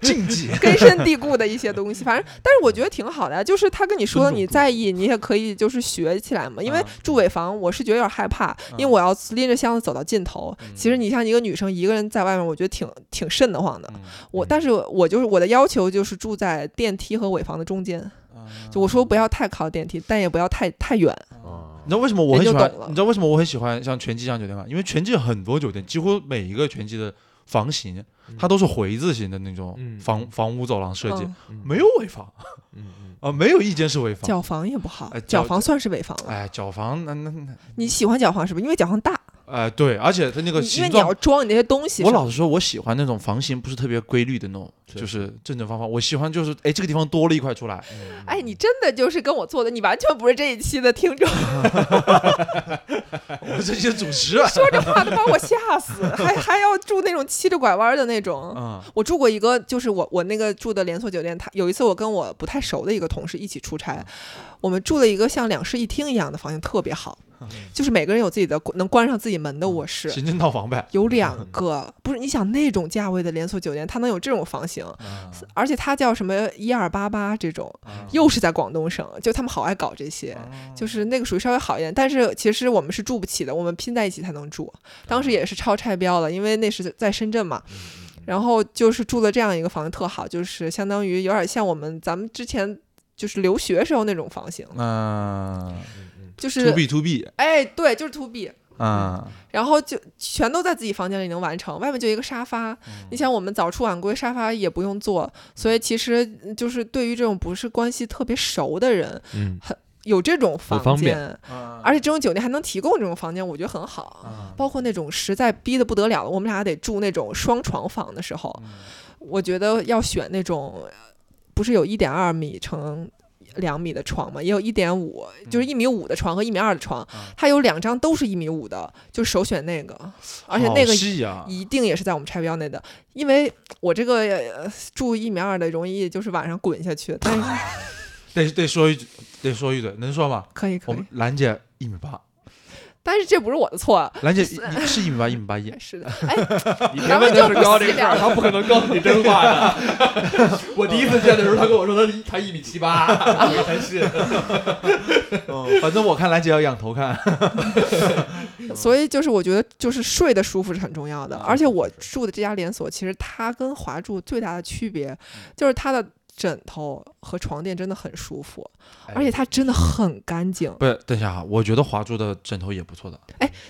S2: 禁 忌
S3: 。根深蒂固的一些东西，反正，但是我觉得挺好的呀。就是他跟你说
S2: 尊重
S3: 你在意，你也可以就是学起来嘛。因为
S2: 嗯
S3: 住尾房，我是觉得有点害怕，因为
S2: 嗯
S3: 我要拎着箱子走到尽头。其实
S2: 嗯
S3: 你像一个女生一个人在外面，我觉得挺挺瘆得慌的。
S2: 嗯
S3: 我
S1: 嗯
S3: 但是我就是我的要求就是住在电梯和尾房的中间。
S2: 嗯
S3: 就我说不要太靠电梯，但也不要太太远。
S1: 啊
S2: 你知道为什么我很喜
S3: 人就
S2: 欢
S3: 懂了？
S2: 你知道为什么我很喜欢像拳击这样酒店吗？因为拳击很多酒店，几乎每一个拳击的房型，它都是回字形的那种
S1: 嗯
S2: 房、房屋走廊设计，
S3: 嗯、
S2: 没有尾房啊、
S1: 嗯嗯
S2: 没有一间是尾房。
S3: 角房也不好
S2: 哎，
S3: 角
S2: 角
S3: 房算是尾房了。
S2: 哎，角房那那那，
S3: 你喜欢角房是不是？因为角房大，
S2: 哎对，而且它那个
S3: 你因为
S2: 形
S3: 你要
S2: 状，
S3: 装你那些东西
S2: 我
S3: 上。
S2: 老实说，我喜欢那种房型不是特别规律的那种，
S1: 是
S2: 就是正正方方。我喜欢就是哎，这个地方多了一块出来，
S1: 嗯
S3: 哎，你真的就是跟我做的，你完全不是这一期的听众。
S2: 我们这些主持人，啊
S3: 说这话都把我吓死，还还要住那种七着拐弯的那种。
S2: 嗯
S3: 我住过一个，就是我我那个住的连锁酒店，他有一次我跟我不太熟的一个同事一起出差，我们住了一个像两室一厅一样的房间，特别好，就是每个人有自己的能关上自己门的卧室，
S2: 行政套房呗。
S3: 有两个，不是你想那种价位的连锁酒店，它能有这种房型，
S2: 嗯
S3: 而且它叫什么一二八八这种，
S2: 嗯
S3: 又是在广东省，就他们好爱搞这些，
S1: 嗯
S3: 就是那个属于稍微好一点，但是其实我们是住不起的，我们拼在一起才能住。当
S1: 嗯
S3: 时也是超拆标了，因为那是在深圳嘛，然后就是住了这样一个房子特好，就是相当于有点像我们咱们之前就是留学时候那种房型，
S2: 嗯
S3: 就
S2: ，to
S3: 是
S2: B to B，
S3: 哎对，就是 to B，
S2: 嗯，
S3: 然后就全都在自己房间里能完成，外面就一个沙发。
S1: 嗯
S3: 你想，我们早出晚归，沙发也不用坐，所以其实嗯就是对于这种不是关系特别熟的人，
S1: 嗯
S3: 有这种
S1: 很方
S3: 房
S1: 便
S3: 间，
S2: 而
S3: 而且这种酒店还能提供这种房间，我觉得很
S1: 嗯
S3: 好。包括那种实在逼得不得了了，我们俩得住那种双床房的时候，
S2: 嗯
S3: 我觉得要选那种不是有一点二米乘两米的床嘛，也有一点五，就是一米五的床和一米二的床
S2: 嗯，
S3: 它有两张都是一米五的，就首选那个，而且那个
S2: 细啊，
S3: 一定也是在我们拆标内的，因为我这个、呃住一米二的容易就是晚上滚下去，但
S2: 啊
S3: 是
S2: 得得说一句，得说一嘴，能说吗？
S3: 可以可
S2: 我
S3: 以
S2: 们，兰姐一米八，
S3: 但是这不是我的错，
S2: 兰姐一是一米八，一米八一。
S3: 是的，哎，
S4: 你别
S3: 咱们
S4: 问
S3: 就
S4: 他
S3: 不
S4: 身高这
S3: 细
S4: 事儿，
S3: 聊。
S4: 他不可能告诉你真话 的。我第一次见的时候，他跟我说他一他一米七八，
S3: 哎
S4: 我也才信。
S2: 嗯，反正我看兰姐要仰头看。
S3: 所以就是我觉得就是睡得舒服是很重要的，
S2: 啊嗯
S3: 而且我住的这家连锁，其实它跟华住最大的区别就是它的。枕头和床垫真的很舒服，
S4: 哎
S3: 而且它真的很干净。
S2: 不是，等一下啊，我觉得华住的枕头也不错的，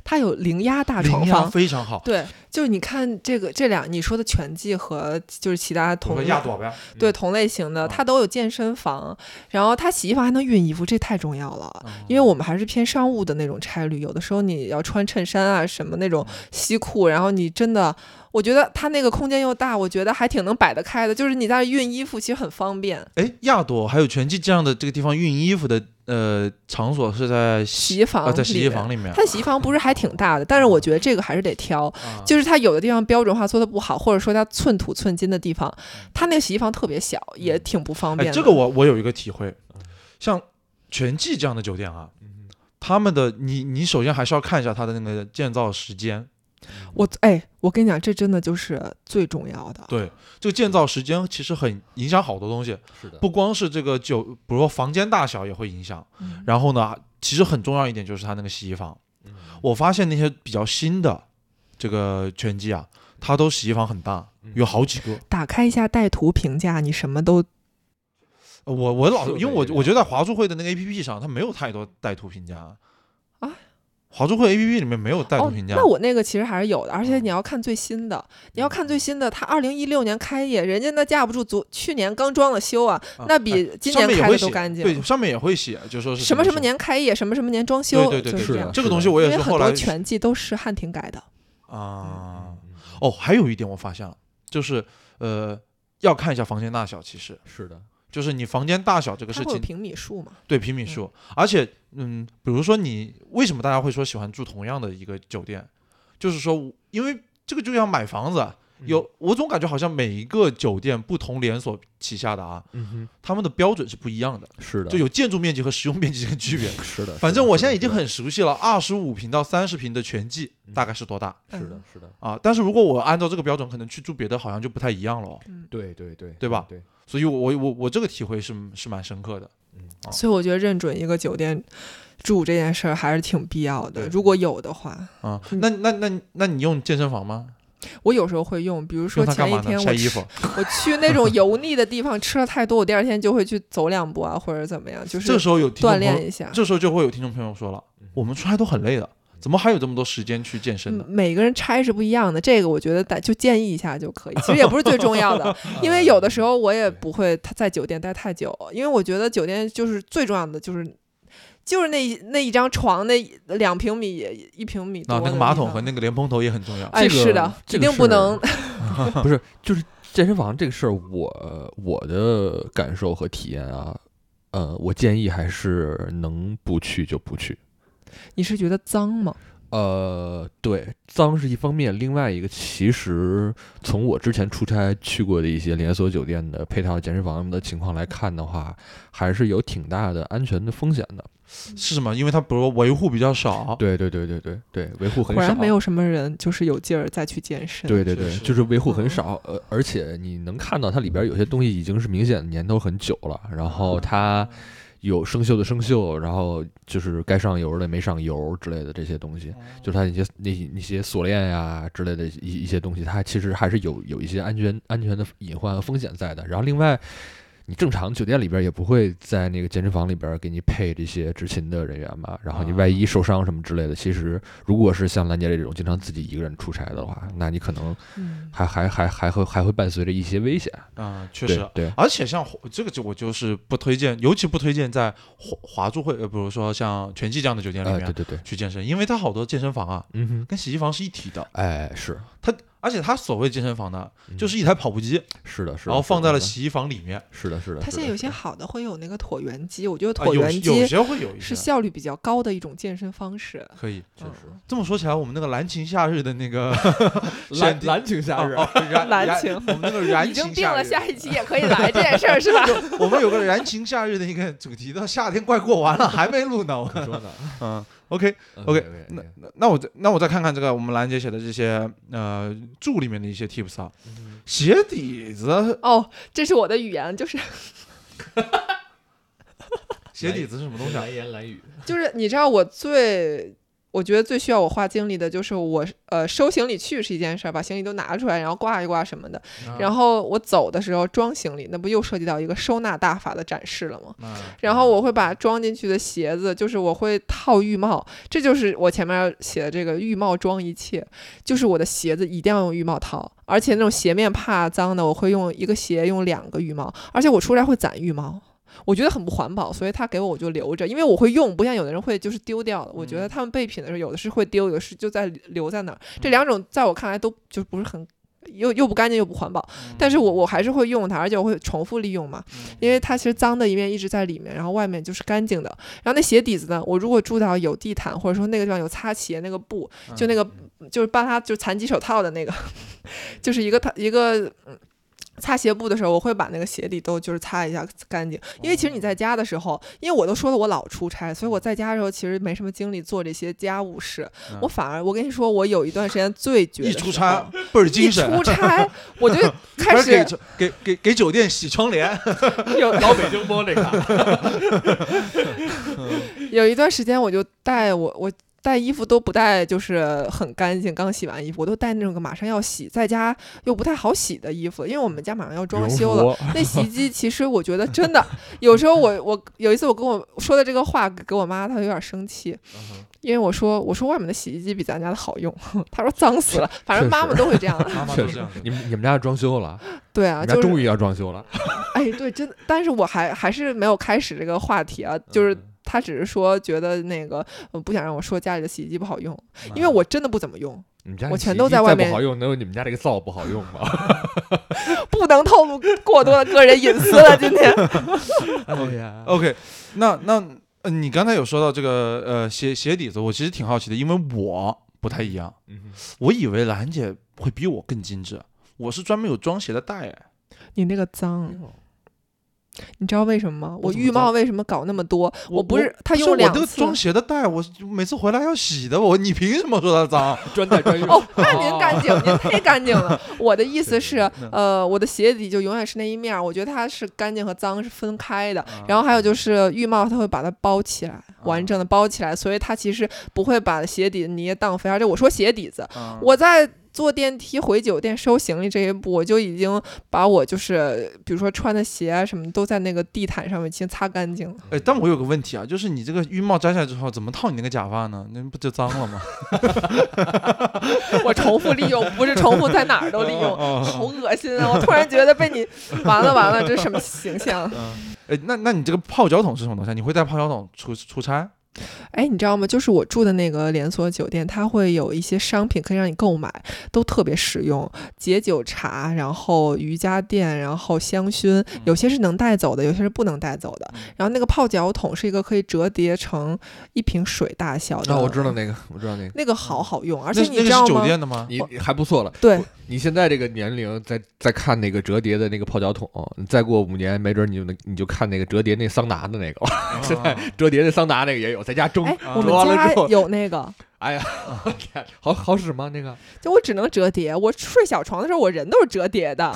S3: 它有零压大
S2: 羚
S3: 床
S2: 羊
S3: 房，
S2: 非常好。
S3: 对，就是你看这个这两你说的拳击和就是其他
S2: 我
S3: 同
S2: 说亚朵呗，
S3: 对同类型的，
S2: 啊
S3: 它都有健身房，然后它洗衣房还能熨衣服，这太重要了。
S2: 嗯
S3: 啊因为我们还是偏商务的那种差旅，有的时候你要穿衬衫啊，什么那种
S2: 嗯
S3: 西裤，然后你真的，我觉得它那个空间又大，我觉得还挺能摆得开的，就是你在熨衣服其实很方便。
S2: 哎，亚朵还有拳击这样的这个地方熨衣服的呃场所是在
S3: 洗
S2: 洗
S3: 衣房、
S2: 啊，在洗衣房，里嗯面。
S3: 它洗衣房不是还挺大的，但是我觉得这个还是得挑，
S2: 啊
S3: 就是它有的地方标准化做的不好，或者说它寸土寸金的地方，它那个洗衣房特别小，也挺不方便
S2: 嗯哎，
S3: 的。
S2: 这个我我有一个体会，像全季这样的酒店啊，他们的你你首先还是要看一下它的那个建造时间，
S3: 我哎，我跟你讲，这真的就是最重要的。
S2: 对这个建造时间其实很影响好多东西，
S1: 是的，
S2: 不光是这个酒，比如说房间大小也会影响。
S3: 嗯
S2: 然后呢，其实很重要一点就是它那个洗衣房，
S1: 嗯
S2: 我发现那些比较新的这个拳击啊，它都洗衣房很大，
S1: 嗯
S2: 有好几个。
S3: 打开一下带图评价，你什么都
S2: 呃我我老
S1: 是有
S2: 因为
S1: 这
S2: 我
S1: 一点
S2: 我觉得在华住会的那个 A P P 上，它没有太多带图评价
S3: 啊。
S2: 华住会 A P P 里面没有带图
S3: 哦
S2: 评，价，嗯
S3: 那我那个其实还是有的，而且你要看最新的，你要看最新的，它二零一六年开业，人家那架不住昨去年刚装了修啊，
S2: 啊
S3: 那
S2: 哎
S3: 比今
S2: 上
S3: 年
S2: 面也
S3: 开
S2: 会
S3: 的
S2: 写
S3: 都干净。
S2: 对，上面也会写，就说是
S3: 什么什么
S2: 时
S3: 年开业，什么什么年装
S2: 候。
S3: 修，
S2: 对对对对，
S3: 就是
S1: 是
S3: 这
S1: 的
S3: 样。
S2: 这个东西我也
S3: 因
S2: 是
S3: 为很
S2: 后
S3: 多
S2: 来
S3: 全季都是汉庭改的，
S1: 嗯
S2: 啊，哦，还有一点我发现了，就是呃，要看一下房间大小，其实
S1: 是的，
S2: 就是你房间大小这个
S3: 它
S2: 事
S3: 会有
S2: 情，
S3: 平米数嘛？
S2: 对平米数，而且嗯，比如说你为什么大家会说喜欢住同样的一个酒店，就是说我因为这个就像买房子啊，
S1: 嗯
S2: 有我总感觉好像每一个酒店不同连锁旗下的啊，
S1: 嗯
S2: 他们的标准是不一样的，
S1: 哼，是的，
S2: 就有建筑面积和使用面积这个区别。
S1: 是的，
S2: 反
S1: 是
S2: 正
S1: 的
S2: 我
S1: 是
S2: 现在
S1: 的
S2: 已经
S1: 是
S2: 很熟悉了，二十五平到三十平的全季
S1: 嗯
S2: 大概是多大？
S1: 的是的，是
S4: 嗯
S1: 的，
S2: 啊，但是如果我按照这个标准，可能去住别的好像就不太一样了哦，
S3: 嗯，
S1: 对对对，
S2: 对吧
S1: 对，
S2: 所以我，我我我这个体会是是蛮深刻的。哦
S3: 所以我觉得认准一个酒店住这件事儿还是挺必要的。
S2: 对
S3: 如果有的话，
S2: 啊，
S3: 嗯
S2: 那那那那你用健身房吗？
S3: 我有时候会用，比如说
S2: 用它干
S3: 前一
S2: 嘛呢？
S3: 天
S2: 晒
S3: 我
S2: 衣
S3: 吃
S2: 服，
S3: 我去那种油腻的地方吃了太多，我第二天就会去走两步啊，或者怎么样，就
S2: 这
S3: 是
S2: 时候有听众
S3: 锻
S2: 朋
S3: 炼
S2: 友，
S3: 一下。
S2: 这时候就会有听众朋友说了，
S1: 嗯
S2: 我们出来都很累的，怎么还有这么多时间去健身
S3: 嗯
S2: 呢？
S3: 每个人差是不一样的，这个我觉得大就建议一下就可以，其实也不是最重要的，
S1: 嗯
S3: 因为有的时候我也不会在酒店待太久，因为我觉得酒店就是最重要的就是。就是那一那一张床，那一两平米一平米嗯多
S2: 啊
S3: 啊
S2: 那那
S3: 的
S2: 个
S3: 地
S2: 马桶和
S3: 方
S2: 那个莲蓬头也很重要。
S3: 哎，
S1: 这个
S3: 是的，
S1: 这
S3: 一
S1: 个
S3: 定不
S1: 是
S3: 能
S1: 不是，就是健身房这个事儿，我我的感受和体验啊，呃，我建议还是能不去就不去。
S3: 你是觉得脏吗？
S1: 呃，对，脏是一方面，另外一个其实从我之前出差去过的一些连锁酒店的配套健身房的情况来看的话，还是有挺大的安全的风险的。
S2: 是什么？因为它比如说维护比较少，
S1: 对对对对对对，维护很
S3: 果
S1: 少
S3: 然。没有什么人就是有劲儿再去健身。
S1: 对对
S2: 确
S1: 对，
S2: 实
S1: 就是维护很
S3: 嗯
S1: 少，呃，而且你能看到它里边有些东西已经是明显年头很久了，然后它有生锈的生锈，然后就是该上油的没上油之类的这些东西，就是它一些那那些锁链呀、之类的一一些东西，它其实还是有有一些安全安全的隐患和风险在的。然后另外，你正常酒店里边也不会在那个健身房里边给你配这些执勤的人员嘛，然后你
S2: 啊
S1: 万一受伤什么之类的，其实如果是像兰姐这种经常自己一个人出差的话，那你可能
S3: 嗯，
S1: 还还还还会还会伴随着一些危险。
S2: 啊，确
S1: 对
S2: 实，
S1: 对，
S2: 而且像华这个就我就是不推荐，尤其不推荐在华华住会，呃，比如说像全季这样的酒店里
S1: 呃，对
S2: 面
S1: 对对，
S2: 去健身，因为它好多健身房啊
S1: 嗯哼，
S2: 跟洗衣房是一体的，
S1: 哎，是，
S2: 它而且它所谓健身房呢，
S1: 嗯
S2: 就是一台跑步机，
S1: 是的，是的，
S2: 然后
S1: 是
S2: 放
S1: 的
S2: 在了
S1: 是的
S2: 洗衣房里面，
S1: 是的，是的，
S3: 它
S1: 是
S3: 现在
S1: 的
S3: 有
S1: 是
S3: 些
S1: 的
S3: 好的会有那个椭圆机，我觉得
S2: 啊
S3: 椭
S2: 有
S3: 圆
S2: 时有
S3: 机
S2: 些会有一
S3: 是
S2: 些
S3: 效率比较高的一种健身方式。
S2: 可以。
S1: 确实
S3: 嗯
S2: 这么说起来，我们那个蓝晴夏日的那个
S4: 蓝
S2: 选定
S4: 蓝情 夏日，
S2: 哦哦燃
S3: 蓝
S2: 燃
S3: 晴
S2: 我们那个燃
S3: 已经
S2: 情
S3: 定
S2: 夏
S3: 了，
S2: 日，
S3: 下一期也可以来这件事儿是 吧？
S2: 我们有个燃情夏日的一个主题，到夏天快过完了还没录呢。 我
S1: 你说呢嗯
S2: 嗯，OK，
S1: ？OK，
S2: 那那那我再那我再看看这个我们兰姐写的这些呃注里面的一些 tips 啊，鞋底子
S3: 哦，这是我的语言， 就是
S2: 鞋底子是什么东西啊？
S1: 言蓝语，
S3: 就是，你知道我最我觉得最需要我花精力的就是我呃收行李去是一件事儿，把行李都拿出来，然后挂一挂什么的。
S1: 哎
S2: 嗯
S3: 然后我走的时候装行李，那不又涉及到一个收纳大法的展示了吗？
S4: 嗯
S3: 然后我会把装进去的鞋子，就是我会套浴帽，这就是我前面写的这个浴帽装一切，就是我的鞋子一定要用浴帽套，而且那种鞋面怕脏的，我会用一个鞋用两个浴帽，而且我出来会攒浴帽。我觉得很不环保，所以他给我我就留着，因为我会用，不像有的人会就是丢掉了。我觉得他们备品的时候，有的是会丢，有的是就在留在那儿。这两种在我看来都就不是很又又不干净又不环保，但是我我还是会用它，而且我会重复利用嘛。
S2: 嗯
S3: 因为它其实脏的一面一直在里面，然后外面就是干净的。然后那鞋底子呢，我如果住到有地毯，或者说那个地方有擦鞋那个布，
S2: 嗯
S3: 就那个就是帮他就残疾手套的那个， 就是一个他一个。嗯擦鞋布的时候，我会把那个鞋底都就是擦一下干净，因为其实你在家的时候，因为我都说了我老出差，所以我在家的时候其实没什么精力做这些家务事。我反而我跟你说，我有一段时间最绝
S2: 嗯一
S3: 的
S2: 出
S3: 时
S2: 差
S3: 候
S2: 倍儿精
S3: 一
S2: 神，
S3: 出差我就
S2: 不
S3: 开
S2: 是给
S3: 始
S2: 酒给给给酒店洗窗 帘，
S3: 有
S4: 老北京摸这个，
S3: 有一段时间，我就带我我带衣服都不带，就是很干净，刚洗完衣服，我都带那种马上要洗，在家又不太好洗的衣服，因为我们家马上要装修了。
S1: 了，
S3: 那洗衣机其实我觉得真的，有时候我我有一次我跟我说的这个话给我妈，她有点生气，
S2: 嗯
S3: 因为我说我说外面的洗衣机比咱家的好用， 她说脏死了，反正妈妈都会这样。
S2: 妈妈
S1: 确
S2: 都
S1: 实
S2: 这样。
S1: 你们你们家装修了，
S3: 对
S1: 你
S3: 啊，
S1: 们
S3: 就
S1: 家
S3: 是
S1: 终于要装修了，
S3: 哎，对，真的，但是我还还是没有开始这个话题啊，就是
S1: 嗯
S2: 嗯
S3: 他只是说觉得那个呃不想让我说家里的洗衣机不好用，因为我真的不怎么用，
S1: 你们家
S3: 我
S1: 洗
S3: 全
S1: 衣
S3: 都
S1: 机
S3: 在
S1: 再
S3: 外
S1: 不
S3: 面
S1: 好用，能有你们家这个灶不好用 吗？
S3: 不能透露过多的个人隐私 了。今天
S4: 哎呀，
S1: 哦
S2: OK，那那呃你刚才有说到这个呃鞋鞋底子，我其实挺好奇的，因为我不太一样，
S1: 嗯哼
S2: 我以为兰姐会比我更精致，我是专门有装鞋的袋哎，
S3: 你那个脏，哎你知道为什么吗？
S2: 我
S3: 我
S2: 怎么
S3: 浴
S2: 脏
S3: 帽为什么搞那么多？我不
S2: 我
S3: 是他
S2: 是
S3: 用
S2: 我
S3: 两
S2: 那个
S3: 次
S2: 装鞋的袋，我每次回来要洗的，我你凭什么说它脏？
S4: 专带专用。
S3: 哦，那您 干 净，您太干净了。我的意思是
S2: 嗯，
S3: 呃，我的鞋底就永远是那一面儿，我觉得它是干净和脏是分开的。然后还有就是浴帽，它会把它包起来，完整的包起来，所以它其实不会把鞋底泥荡飞。而且我说鞋底子，
S2: 啊
S3: 我在。坐电梯回酒店收行李这一步，我就已经把我就是比如说穿的鞋啊什么都在那个地毯上面先擦干净了。
S2: 哎，但我有个问题啊，就是你这个浴帽摘下来之后，怎么套你那个假发呢？那不就脏了吗？
S3: 我重复利用，不是重复在哪儿都利用，好恶心啊！我突然觉得被你完了完了，这是什么形象？啊
S2: 哎，那那你这个泡脚桶是什么东西啊？你会带泡脚桶出出差？
S3: 哎，你知道吗？就是我住的那个连锁酒店，它会有一些商品可以让你购买，都特别实用，解酒茶，然后瑜伽垫，然后香薰，有些是能带走的，有些是不能带走的。然后那个泡脚桶是一个可以折叠成一瓶水大小的，
S1: 啊，我知道那个，我知道那个，
S3: 那个好好用，而
S2: 而
S3: 且
S2: 那
S3: 你知
S2: 个
S3: 道
S2: 是酒
S3: 吗？
S2: 店的吗？
S1: 你你还不错了。
S3: 对，
S1: 你现在这个年龄，再再看那个折叠的那个泡脚桶，哦再过五年，没准你就能你就看那个折叠那桑拿的那个， 现在折叠那桑拿那个也有，在家蒸
S3: 哎，
S2: 啊
S3: 我
S1: 折完了
S3: 们家
S1: 之后
S3: 有那个，
S1: 天 好好使吗？那个
S3: 就我只能折叠。我睡小床的时候，我人都是折叠的，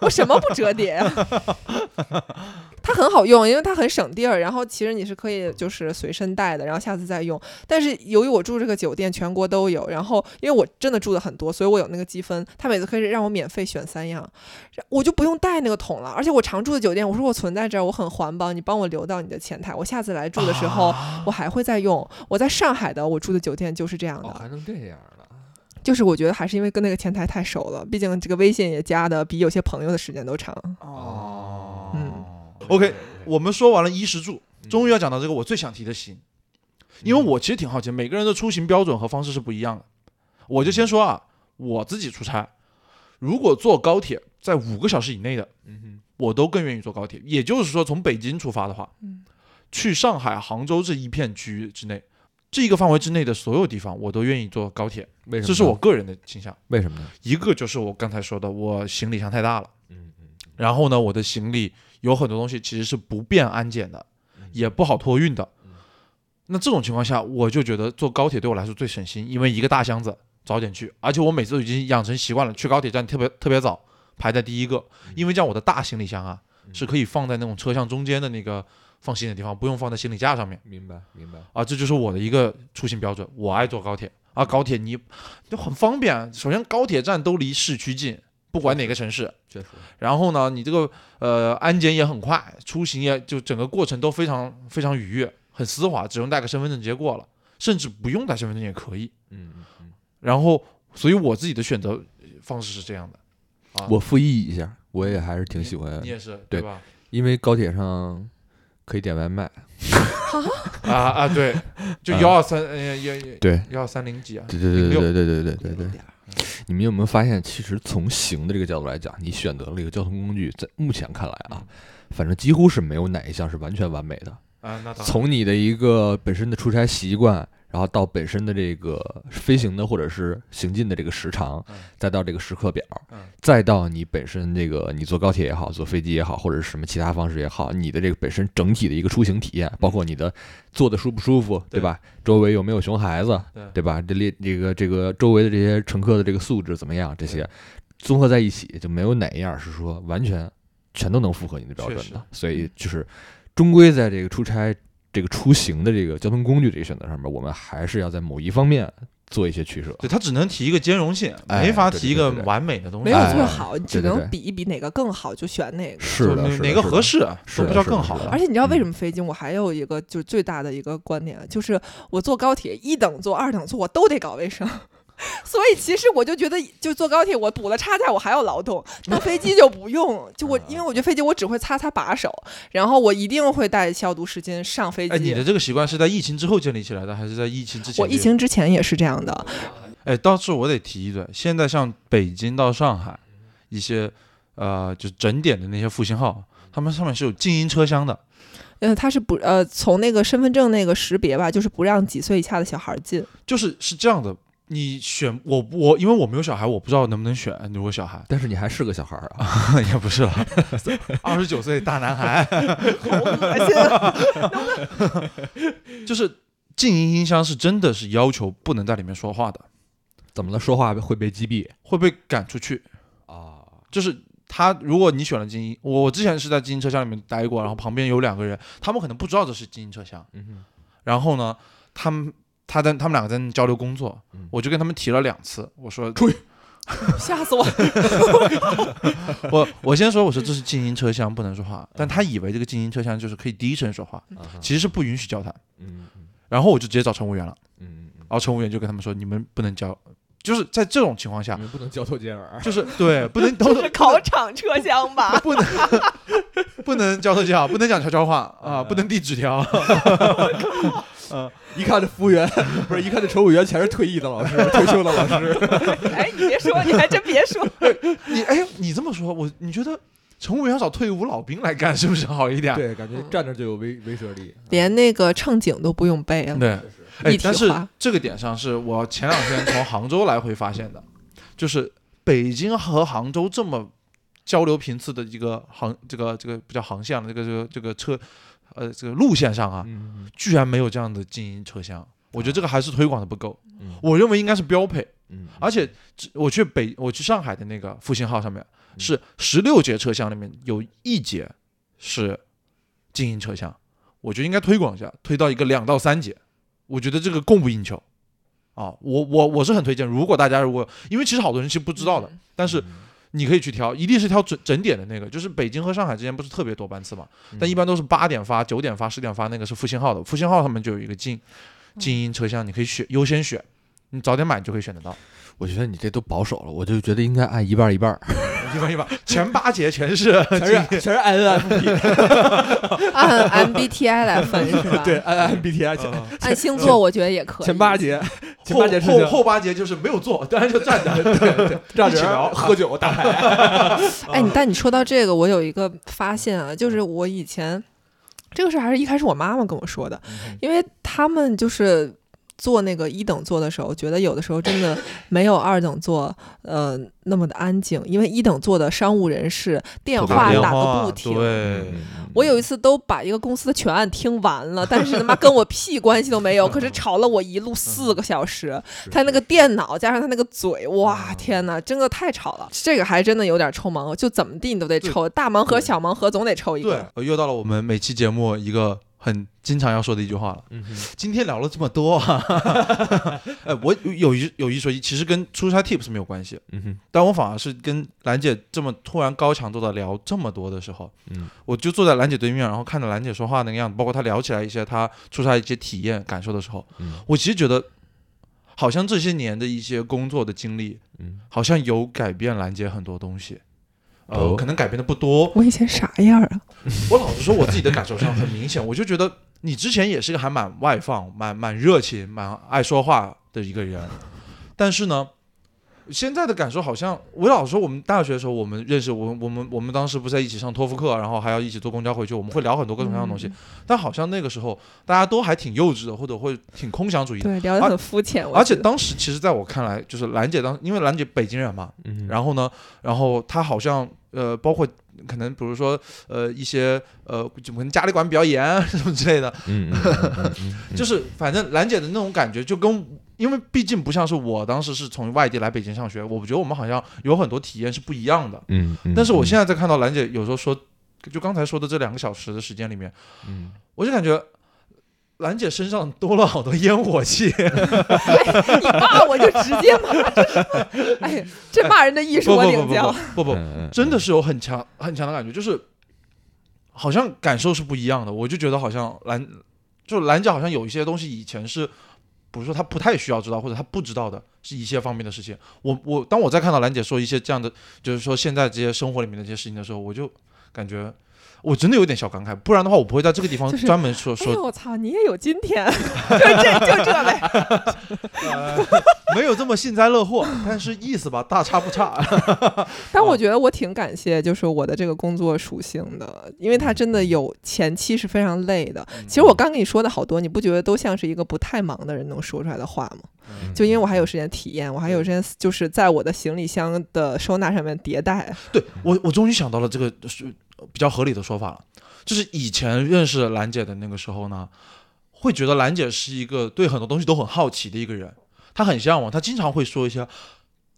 S3: 我什么不折叠呀？ 它很好用，因为它很省地儿。然后其实你是可以就是随身带的，然后下次再用。但是由于我住这个酒店全国都有，然后因为我真的住的很多，所以我有那个积分，他每次可以让我免费选三样，我就不用带那个桶了。而且我常住的酒店，我说我存在这儿，我很环保，你帮我留到你的前台，我下次来住的时候、我还会再用。我在上海的我住的酒店就是这样的。
S1: 哦，还能这样呢？
S3: 就是我觉得还是因为跟那个前台太熟了，毕竟这个微信也加的比有些朋友的时间都长。
S2: 哦
S3: 嗯
S2: OK，我们说完了衣食住，
S1: 嗯
S2: 终于要讲到这个我最想提的行，因为我其实挺好奇，每个人的出行标准和方式是不一样的。我就先说啊，我自己出差，如果坐高铁在五个小时以内的，
S1: 嗯
S2: 我都更愿意坐高铁。也就是说，从北京出发的话，
S3: 嗯
S2: 去上海、杭州这一片区域之内，这一个范围之内的所有地方，我都愿意坐高铁。
S1: 哼，嗯为什么呢？
S2: 这是我个人的倾向。
S1: 为什么呢？
S2: 一个就是我刚才说的，我行李箱太大了。
S1: 嗯嗯
S2: 然后呢，我的行李有很多东西其实是不便安检的
S1: 嗯，
S2: 也不好托运的
S1: 嗯。
S2: 那这种情况下，我就觉得坐高铁对我来说最省心，因为一个大箱子早点去，而且我
S1: 嗯
S2: 每次都已经养成习惯了，去高铁站特别特别早，排在第一个，因为这样我的大行李箱啊是可以放在那种车厢中间的那个放行李的地方，不用放在行李架上面
S1: 明白明白。
S2: 啊。这就是我的一个出行标准，我爱坐高铁啊。高铁你就很方便，首先高铁站都离市区近，不管哪个城市。
S1: 确实，
S2: 然后呢，你这个呃安检也很快，出行也就整个过程都非常非常愉悦，很丝滑，只用带个身份证直接过了，甚至不用带身份证也可以。
S1: 嗯嗯嗯。
S2: 然后，所以我自己的选择方式是这样的。啊，
S1: 我复议一下，我也还是挺喜欢
S2: 你，也是
S1: 呃对
S2: 吧？
S1: 因为高铁上可以点外卖。
S2: 啊 啊，对，就
S1: 啊
S2: 幺二三，呃，幺
S1: 对，
S2: 幺二三零几啊？
S1: 对对对
S2: 06
S1: 对对对对对对。你们有没有发现，其实从行的这个角度来讲，你选择了一个交通工具，在目前看来啊，反正几乎是没有哪一项是完全完美的。
S2: 啊，那当然。
S1: 从你的一个本身的出差习惯，然后到本身的这个飞行的或者是行进的这个时长
S2: 嗯，
S1: 再到这个时刻表
S2: 嗯，
S1: 再到你本身这个你坐高铁也好，坐飞机也好，或者是什么其他方式也好，你的这个本身整体的一个出行体验，包括你的坐的舒不舒服，对
S2: 嗯对
S1: 吧？周围有没有熊孩子，
S2: 对
S1: 对吧？这列这个这个周围的这些乘客的这个素质怎么样？这些啊
S2: 对
S1: 综合在一起，就没有哪一样是说完全全都能符合你的标
S2: 确
S1: 准
S2: 实
S1: 的。所以就是终归在这个出差、这个出行的这个交通工具这个选择上面，我们还是要在某一方面做一些取舍。
S2: 对，它只能提一个兼容性，
S1: 哎
S2: 没法
S1: 对对
S2: 提一个
S1: 对对对
S2: 完美的东西。
S3: 没有
S1: 哎
S3: 做好，你只
S1: 对对
S3: 能
S1: 对
S3: 比一比哪个更好就选哪个。
S1: 是的，
S2: 哪
S1: 是的
S2: 哪个合？
S1: 是的
S2: 适啊
S1: 是
S2: 都
S1: 的
S2: 不知道
S1: 是的
S2: 更
S1: 是
S2: 好
S1: 的
S2: 了
S3: 而。且你知道
S1: 嗯
S3: 为什么飞机？我还有一个就是最大的一个观点，就是我坐高铁一等座、二等座我都得搞卫生， 所以其实我就觉得，就坐高铁我补了差价我还要劳动，那飞机就不用。就
S1: 啊
S3: 我因为我觉得飞机我只会擦擦把手，然后我一定会带消毒湿巾上飞
S2: 哎，你
S3: 机。
S2: 的这个习惯是在疫情之后建立起来的，还是在疫情之前？
S3: 我疫。情之前也是这样的，
S2: 哎，倒是我得提一嘴，现在像北京到上海一些呃，就整点的那些复兴号，他们上面是有静音车厢的。
S3: 呃，他是不呃从那个身份证那个识别吧，就是不让几岁以下的小孩 进。
S2: 就是是这样的，你选我我，因为我没有小孩，我不知道能不能选。如果小 孩
S1: 但是你还是个小孩儿啊！
S2: 也不是了，二十九岁大男孩，
S3: 好恶心啊！
S2: 就是静音音箱是真的是要求不能在里面说话的，
S1: 怎么了？说话会被击毙
S2: 会被赶出去。
S1: 啊？
S2: 就是他，如果你选了静音，我我之前是在静音车厢里面待过，然后旁边有两个人，他们可能不知道这是静音车厢，
S1: 嗯哼，
S2: 然后呢，他们他在他们两个在那交流工作，
S1: 嗯
S2: 我就跟他们提了两次，我说
S3: 吓死我！
S2: 我我先说，我说这是静音车厢，不能说话。但他以为这个静音车厢就是可以低声说话，
S1: 啊哈
S2: 其实是不允许交谈。
S1: 嗯嗯
S2: 然后我就直接找乘务员了，
S1: 嗯嗯
S2: 然后乘务员就跟他们说，你们不能交，就是在这种情况
S1: 嗯，
S2: 下
S1: 你，们不能交头接耳。啊
S2: 就是对，不能都
S3: 是考场车厢吧？
S2: 不能不能交头接耳，不能讲悄悄话啊，不能递纸条。
S1: 一看这服务员， 不是一看这乘务员，全是退役的老师、退休的老师。
S3: 哎，你别说，你还真别说，
S2: 你哎，你这么说，我你觉得乘务员要找退伍老兵来干，是不是好一点？
S1: 对，感觉站着就有威威慑力。
S3: 连那个乘警都不用背了。啊
S2: 对，
S3: 一
S2: 哎，
S3: 体
S2: 但是
S3: 化
S2: 这个点上是我前两天从杭州来回发现的，就是北京和杭州这么交流频次的一个航，这个这个不叫航线了，这个这个这个车，呃，这个路线上啊，
S1: 嗯
S2: 居然没有这样的静音车厢。我觉得这个还是推广的不够，
S1: 嗯
S2: 我认为应该是标配。
S1: 嗯，
S2: 而且只我去北，我去上海的那个复兴号上面
S1: 嗯
S2: 是十六节车厢里面有一节是经营车厢，我觉得应该推广一下，推到一个两到三节，我觉得这个供不应求。啊，我我我是很推荐，如果大家如果因为其实好多人是不知道
S3: 嗯
S2: 的，但是你可以去挑，一定是挑整整点的那个，就是北京和上海之间不是特别多班次嘛，
S3: 嗯
S2: 但一般都是八点发、九点发、十点发，那个是复兴号的，复兴号他们就有一个精精英车厢，你可以选优先选，你早点买你就可以选得到。
S1: 我觉得你这都保守了，我就觉得应该按一半一半。
S2: 一般一般，前八节全 是
S4: 全 是全是 INFP，
S3: 按按 BTI 来分是吧？
S4: 对，，INBTI 前
S2: 呃
S3: 按星座我觉得也可以。
S4: 前八节，
S3: 嗯
S4: 前
S2: 后
S4: 八节是
S2: 后后八节就是没有坐，当然就站 着。对对，
S3: 嗯
S4: 站
S2: 一起
S4: 着
S2: 聊
S4: 喝酒打牌，
S3: 哎，
S2: 啊
S3: 你但你说到这个，我有一个发现啊，就是我以前这个事儿还是一开始我妈妈跟我说的，因为他们就是。做那个一等座的时候，觉得有的时候真的没有二等座呃那么的安静，因为一等座的商务人士电
S1: 不打
S3: 话
S1: 电
S3: 打
S2: 话
S3: 个不停。
S2: 对，
S3: 嗯
S1: 嗯
S3: 我有一次都把一个公司的全案听完了，但是他妈跟我屁关系都没有，可是吵了我一路四个小时。
S2: 嗯
S3: 他那个电脑加上他那个嘴，哇，天哪，真的太吵了。这个还真的有点抽盲，就怎么地你都得抽，大盲盒、小盲盒总得抽一
S2: 对
S3: 个。，
S2: 我又到了我们每期节目一个很经常要说的一句话了。
S1: 嗯哼
S2: 今天聊了这么多、啊， 哎，我有一有一说一，其实跟出差 tips 没有关系，
S1: 嗯哼
S2: 但我反而是跟兰姐这么突然高强度的聊这么多的时候，
S1: 嗯，
S2: 我就坐在兰姐对面，然后看着兰姐说话那个样子，包括她聊起来一些她出差一些体验感受的时候，
S1: 嗯
S2: 我其实觉得，好像这些年的一些工作的经历，
S1: 嗯
S2: 好像有改变兰姐很多东西。呃，
S1: 哦
S2: 可能改变的不多。
S3: 我以前啥样啊？
S2: 我老实说，我自己的感受上很明显，我就觉得你之前也是个还蛮外放、蛮蛮热情、蛮爱说话的一个人，但是呢，现在的感受好像，我老实说，我们大学的时候，我们认识，我我们我们当时不是在一起上托福课，然后还要一起坐公交回去，我们会聊很多各种各样的东西，
S3: 嗯
S2: 但好像那个时候大家都还挺幼稚的，或者会挺空想主义的。
S3: 对，聊得很肤浅。我
S2: 而且
S3: 觉得
S2: 当时其实在我看来，就是兰姐当，因为兰姐北京人嘛，
S1: 嗯哼，
S2: 然后呢，然后他好像呃，包括可能比如说呃一些呃，就可能家里管比较严啊什么之类的，
S1: 嗯嗯嗯嗯嗯嗯
S2: 就是反正兰姐的那种感觉，就跟因为毕竟不像是我当时是从外地来北京上学，我觉得我们好像有很多体验是不一样的。
S1: 嗯，嗯
S2: 但是我现
S1: 在
S2: 在在看到兰姐有时候说，就刚才说的这两个小时的时间里面，
S1: 嗯
S2: 我就感觉。兰姐身上多了好多烟火 气，
S3: 你骂我就直接骂，这是哎呀，这骂人的艺术
S2: 不
S3: 我
S2: 不
S3: 领
S2: 不不
S3: 教。
S2: 不不，
S1: 嗯嗯
S2: 真的是有很强很强的感觉，就是好像感受是不一样的。我就觉得好像兰，就兰姐好像有一些东西以前是，比如说她不太需要知道或者她不知道的，是一些方面的事情。我我当我在看到兰姐说一些这样的，就是说现在这些生活里面的这些事情的时候，我就感觉我真的有点小感慨，不然的话我不会在这个地方
S3: 就是
S2: 专门说、
S3: 哎
S2: 说
S3: 呦我操，你也有今天，就这就这呗。
S2: 呃没有这么幸灾乐祸，但是意思吧大差不差。
S3: 但我觉得我挺感谢，就是我的这个工作属性的，因为它真的有前期是非常累的。其实我刚跟你说的好多，你不觉得都像是一个不太忙的人能说出来的话吗？
S2: 嗯
S3: 就因为我还有时间体验，我还有时间就是在我的行李箱的收纳上面迭代。
S2: 对我，我终于想到了这个是比较合理的说法了，就是以前认识兰姐的那个时候呢，会觉得兰姐是一个对很多东西都很好奇的一个人，她很向往，她经常会说一些，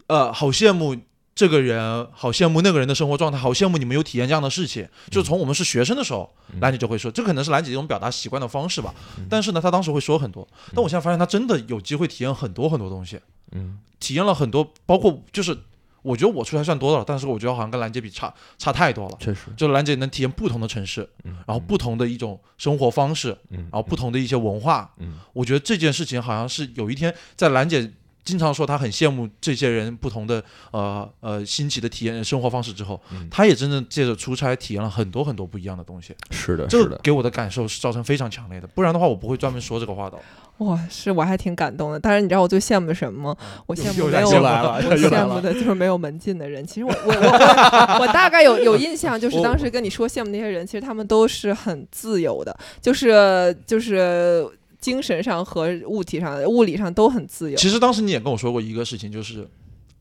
S2: 呃，好羡慕。这个人好羡慕那个人的生活状态，好羡慕你们有体验这样的事情。就从我们是学生的时候，
S1: 嗯
S2: 兰姐就会说，这可能是兰姐一种表达习惯的方式吧。但是呢，她当时会说很多，但我现在发现她真的有机会体验很多很多东西。
S1: 嗯
S2: 体验了很多，包括就是我觉得我出差算多的了，但是我觉得好像跟兰姐比差差太多了。
S1: 确实，
S2: 就兰姐能体验不同的城市，
S1: 嗯
S2: 然后不同的一种生活方式，
S1: 嗯，然
S2: 然后不同的一些文化。
S1: 嗯
S2: 我觉得这件事情好像是有一天在兰姐经常说她很羡慕这些人不同的呃呃新奇的体验生活方式之后
S1: 嗯，
S2: 她也真正借着出差体验了很多很多不一样的东西。
S1: 是的，
S2: 这
S1: 啊是
S2: 个
S1: 的，
S2: 给我的感受是造成非常强烈的，不然的话我不会专门说这个话的。
S3: 哇，是我还挺感动的。但是你知道我最羡慕的什么？我羡慕
S2: 又
S3: 没
S2: 来
S3: 有
S2: 又来了
S3: 我
S4: 又来了
S3: 羡慕的就是没有门禁的人。其实我我我我我大概有有印象，就是
S2: 我
S3: 当时跟你说羡慕那些人，其实他们都是很自由的，就是就是精神上和物体上、物理上都很自由。
S2: 其实当时你也跟我说过一个事情，就是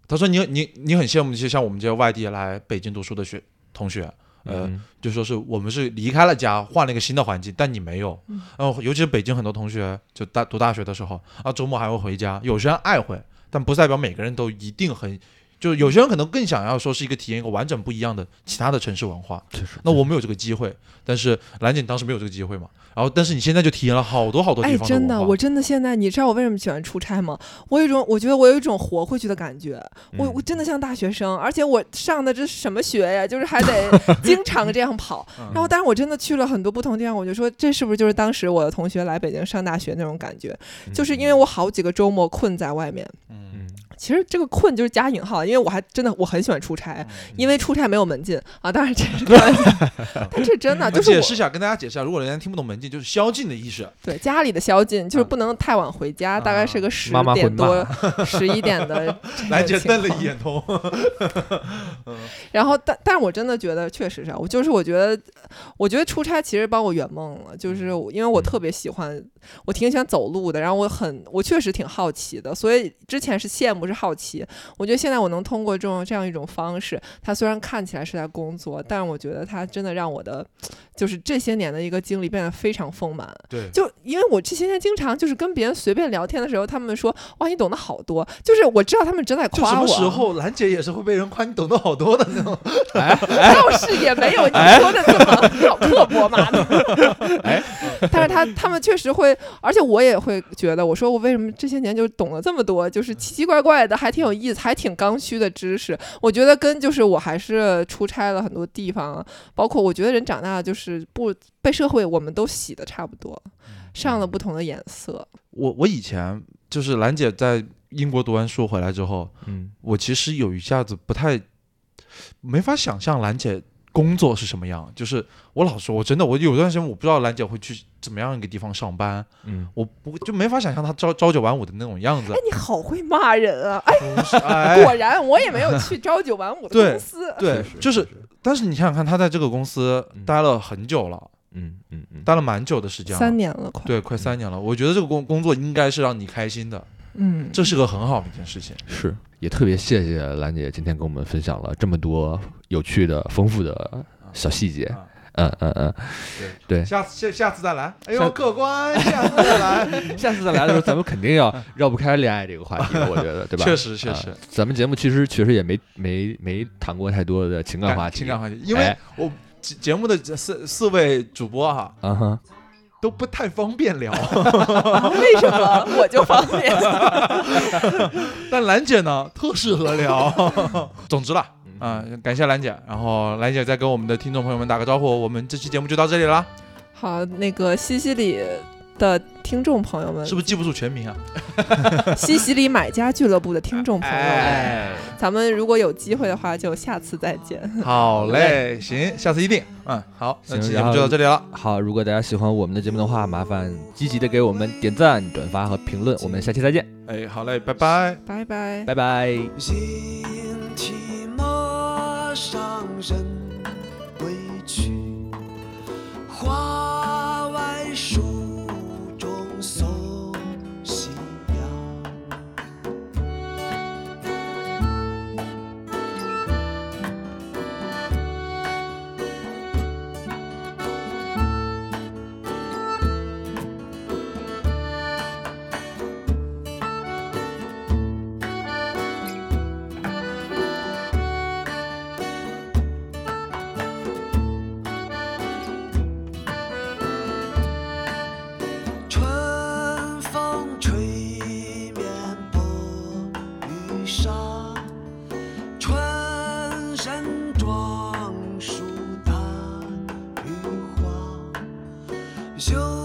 S2: 他说你你你很羡慕那些像我们这些外地来北京读书的学同学，呃，
S1: 嗯
S2: 就说是我们是离开了家，换了一个新的环境，但你没有。
S3: 嗯
S2: 然后尤其是北京很多同学，就大读大学的时候啊，周末还会回家，有些人爱回，但不是代表每个人都一定很。就有些人可能更想要说是一个体验一个完整不一样的其他的城市文化，
S1: 确实。
S2: 那我们有这个机会，但是兰姐你当时没有这个机会嘛，然后但是你现在就体验了好多好多地
S3: 哎，
S2: 方
S3: 真
S2: 的
S3: 的，
S2: 文化
S3: 我真的现在，你知道我为什么喜欢出差吗？我有一种，我觉得我有一种活回去的感觉，我
S1: 嗯
S2: 嗯
S3: 我真的像大学生，而且我上的这什么学呀，就是还 得经常这样跑。
S2: 嗯
S3: 然后，但是我真的去了很多不同地方，我就说这是不是就是当时我的同学来北京上大学那种感觉？就是因为我好几个周末困在外面，
S2: 嗯
S1: 嗯
S3: 其实这个困就是加引号，因为我还真的我很喜欢出
S2: 嗯
S3: 差，因为出差没有门禁啊。当然这是开玩笑，但是真的就是
S2: 解
S3: 我
S2: 释一下，跟大家解释一下，如果人家听不懂门禁，就是宵禁的意思。
S3: 对家里的宵禁，就是不能太晚回家，大概是个十点多、十一点的这
S2: 兰
S3: 个
S2: 姐
S3: 情
S2: 瞪
S3: 况。
S2: 了一眼通，
S3: 然后，但但是我真的觉得，确实是啊我就是我觉得，我觉得出差其实帮我圆梦了，
S2: 嗯
S3: 就是我因为我特别喜欢，我挺喜欢走路的，然后我很我确实挺好奇的，所以之前是羡慕是好奇，我觉得现在我能通过这种这样一种方式，它虽然看起来是在工作，但是我觉得它真的让我的就是这些年的一个经历变得非常丰满。
S2: 对，
S3: 就因为我这些年经常就是跟别人随便聊天的时候，他们说哇你懂得好多，就是我知道他们真在
S2: 就什
S3: 夸我
S2: 么
S3: 啊，
S2: 时候兰姐也是会被人夸你懂得好多的那种。哎
S3: 倒是哎也没有你说的这么老刻薄 嘛。
S2: 哎
S3: 但是他他们确实会，而且我也会觉得，我说我为什么这些年就懂了这么多，就是奇奇怪怪的，还挺有意思，还挺刚需的知识。我觉得跟就是我还是出差了很多地方啊，包括我觉得人长大了就是不被社会我们都洗的差不多，
S2: 嗯
S3: 上了不同的颜色。
S2: 我我以前就是兰姐在英国读完书回来之后，
S1: 嗯，
S2: 我其实有一下子不太没法想象兰姐工作是什么样。就是我老说，我真的我有段时间我不知道兰姐会去怎么样一个地方上班，
S1: 嗯，
S2: 我不就没法想象她朝朝九晚五的那种样子
S3: 哎。，你好会骂人啊！哎，
S2: 不是哎，
S3: 果然我也没有去朝九晚五
S2: 对
S3: 的公司。
S2: 对，就是。但是你想想看，她在这个公司
S1: 嗯
S2: 待了很久了，
S1: 嗯嗯嗯，
S2: 待了蛮久的时间了，
S3: 三年了，快。
S2: 对，快三年了。我觉得这个工工作应该是让你开心的，
S3: 嗯，
S2: 这是个很好的一件事情。
S1: 是，也特别谢谢兰姐今天跟我们分享了这么多有趣的、丰富的小细节
S2: 啊。
S1: 嗯嗯嗯，对
S2: 下次下下次再来。哎
S4: 下
S2: 呦，客官，下次再来。
S1: 下次再来的时候，咱们肯定要绕不开恋爱这个话题了，我觉得，对吧？
S2: 确实确
S1: 啊
S2: 实，
S1: 咱们节目其实确实也没没没谈过太多的情感话题，
S2: 情感话题，因为
S1: 哎
S2: 我节节目的这四四位主播哈
S1: 啊哈，
S2: 都不太方便 聊，
S3: 为什么我就方便？
S2: 但兰姐呢特适合聊。 总之啦。
S1: 嗯
S2: 啊、感谢兰姐，然后兰姐再跟我们的听众朋友们打个招呼，我们这期节目就到这里啦，
S3: 好，那个西西里的听众朋友们，
S2: 是不是记不住全名啊？
S3: 西西里买家俱乐部的听众朋友们，
S2: 哎，
S3: 咱们如果有机会的话，就下次再见。
S2: 好嘞，行，下次一定，嗯，好，那
S1: 行
S2: 期节
S1: 然
S2: 目
S1: 后
S2: 就到这里了，
S1: 好，如果大家喜欢我们的节目的话，麻烦积极的给我们点赞、转发和评论，我们下期再见，
S2: 哎，好嘞，拜拜。
S3: 拜拜。
S1: 拜拜。
S5: 引起那伤人归去。花外树中送新芽。春风吹面薄雨沙，春深装束淡如花。修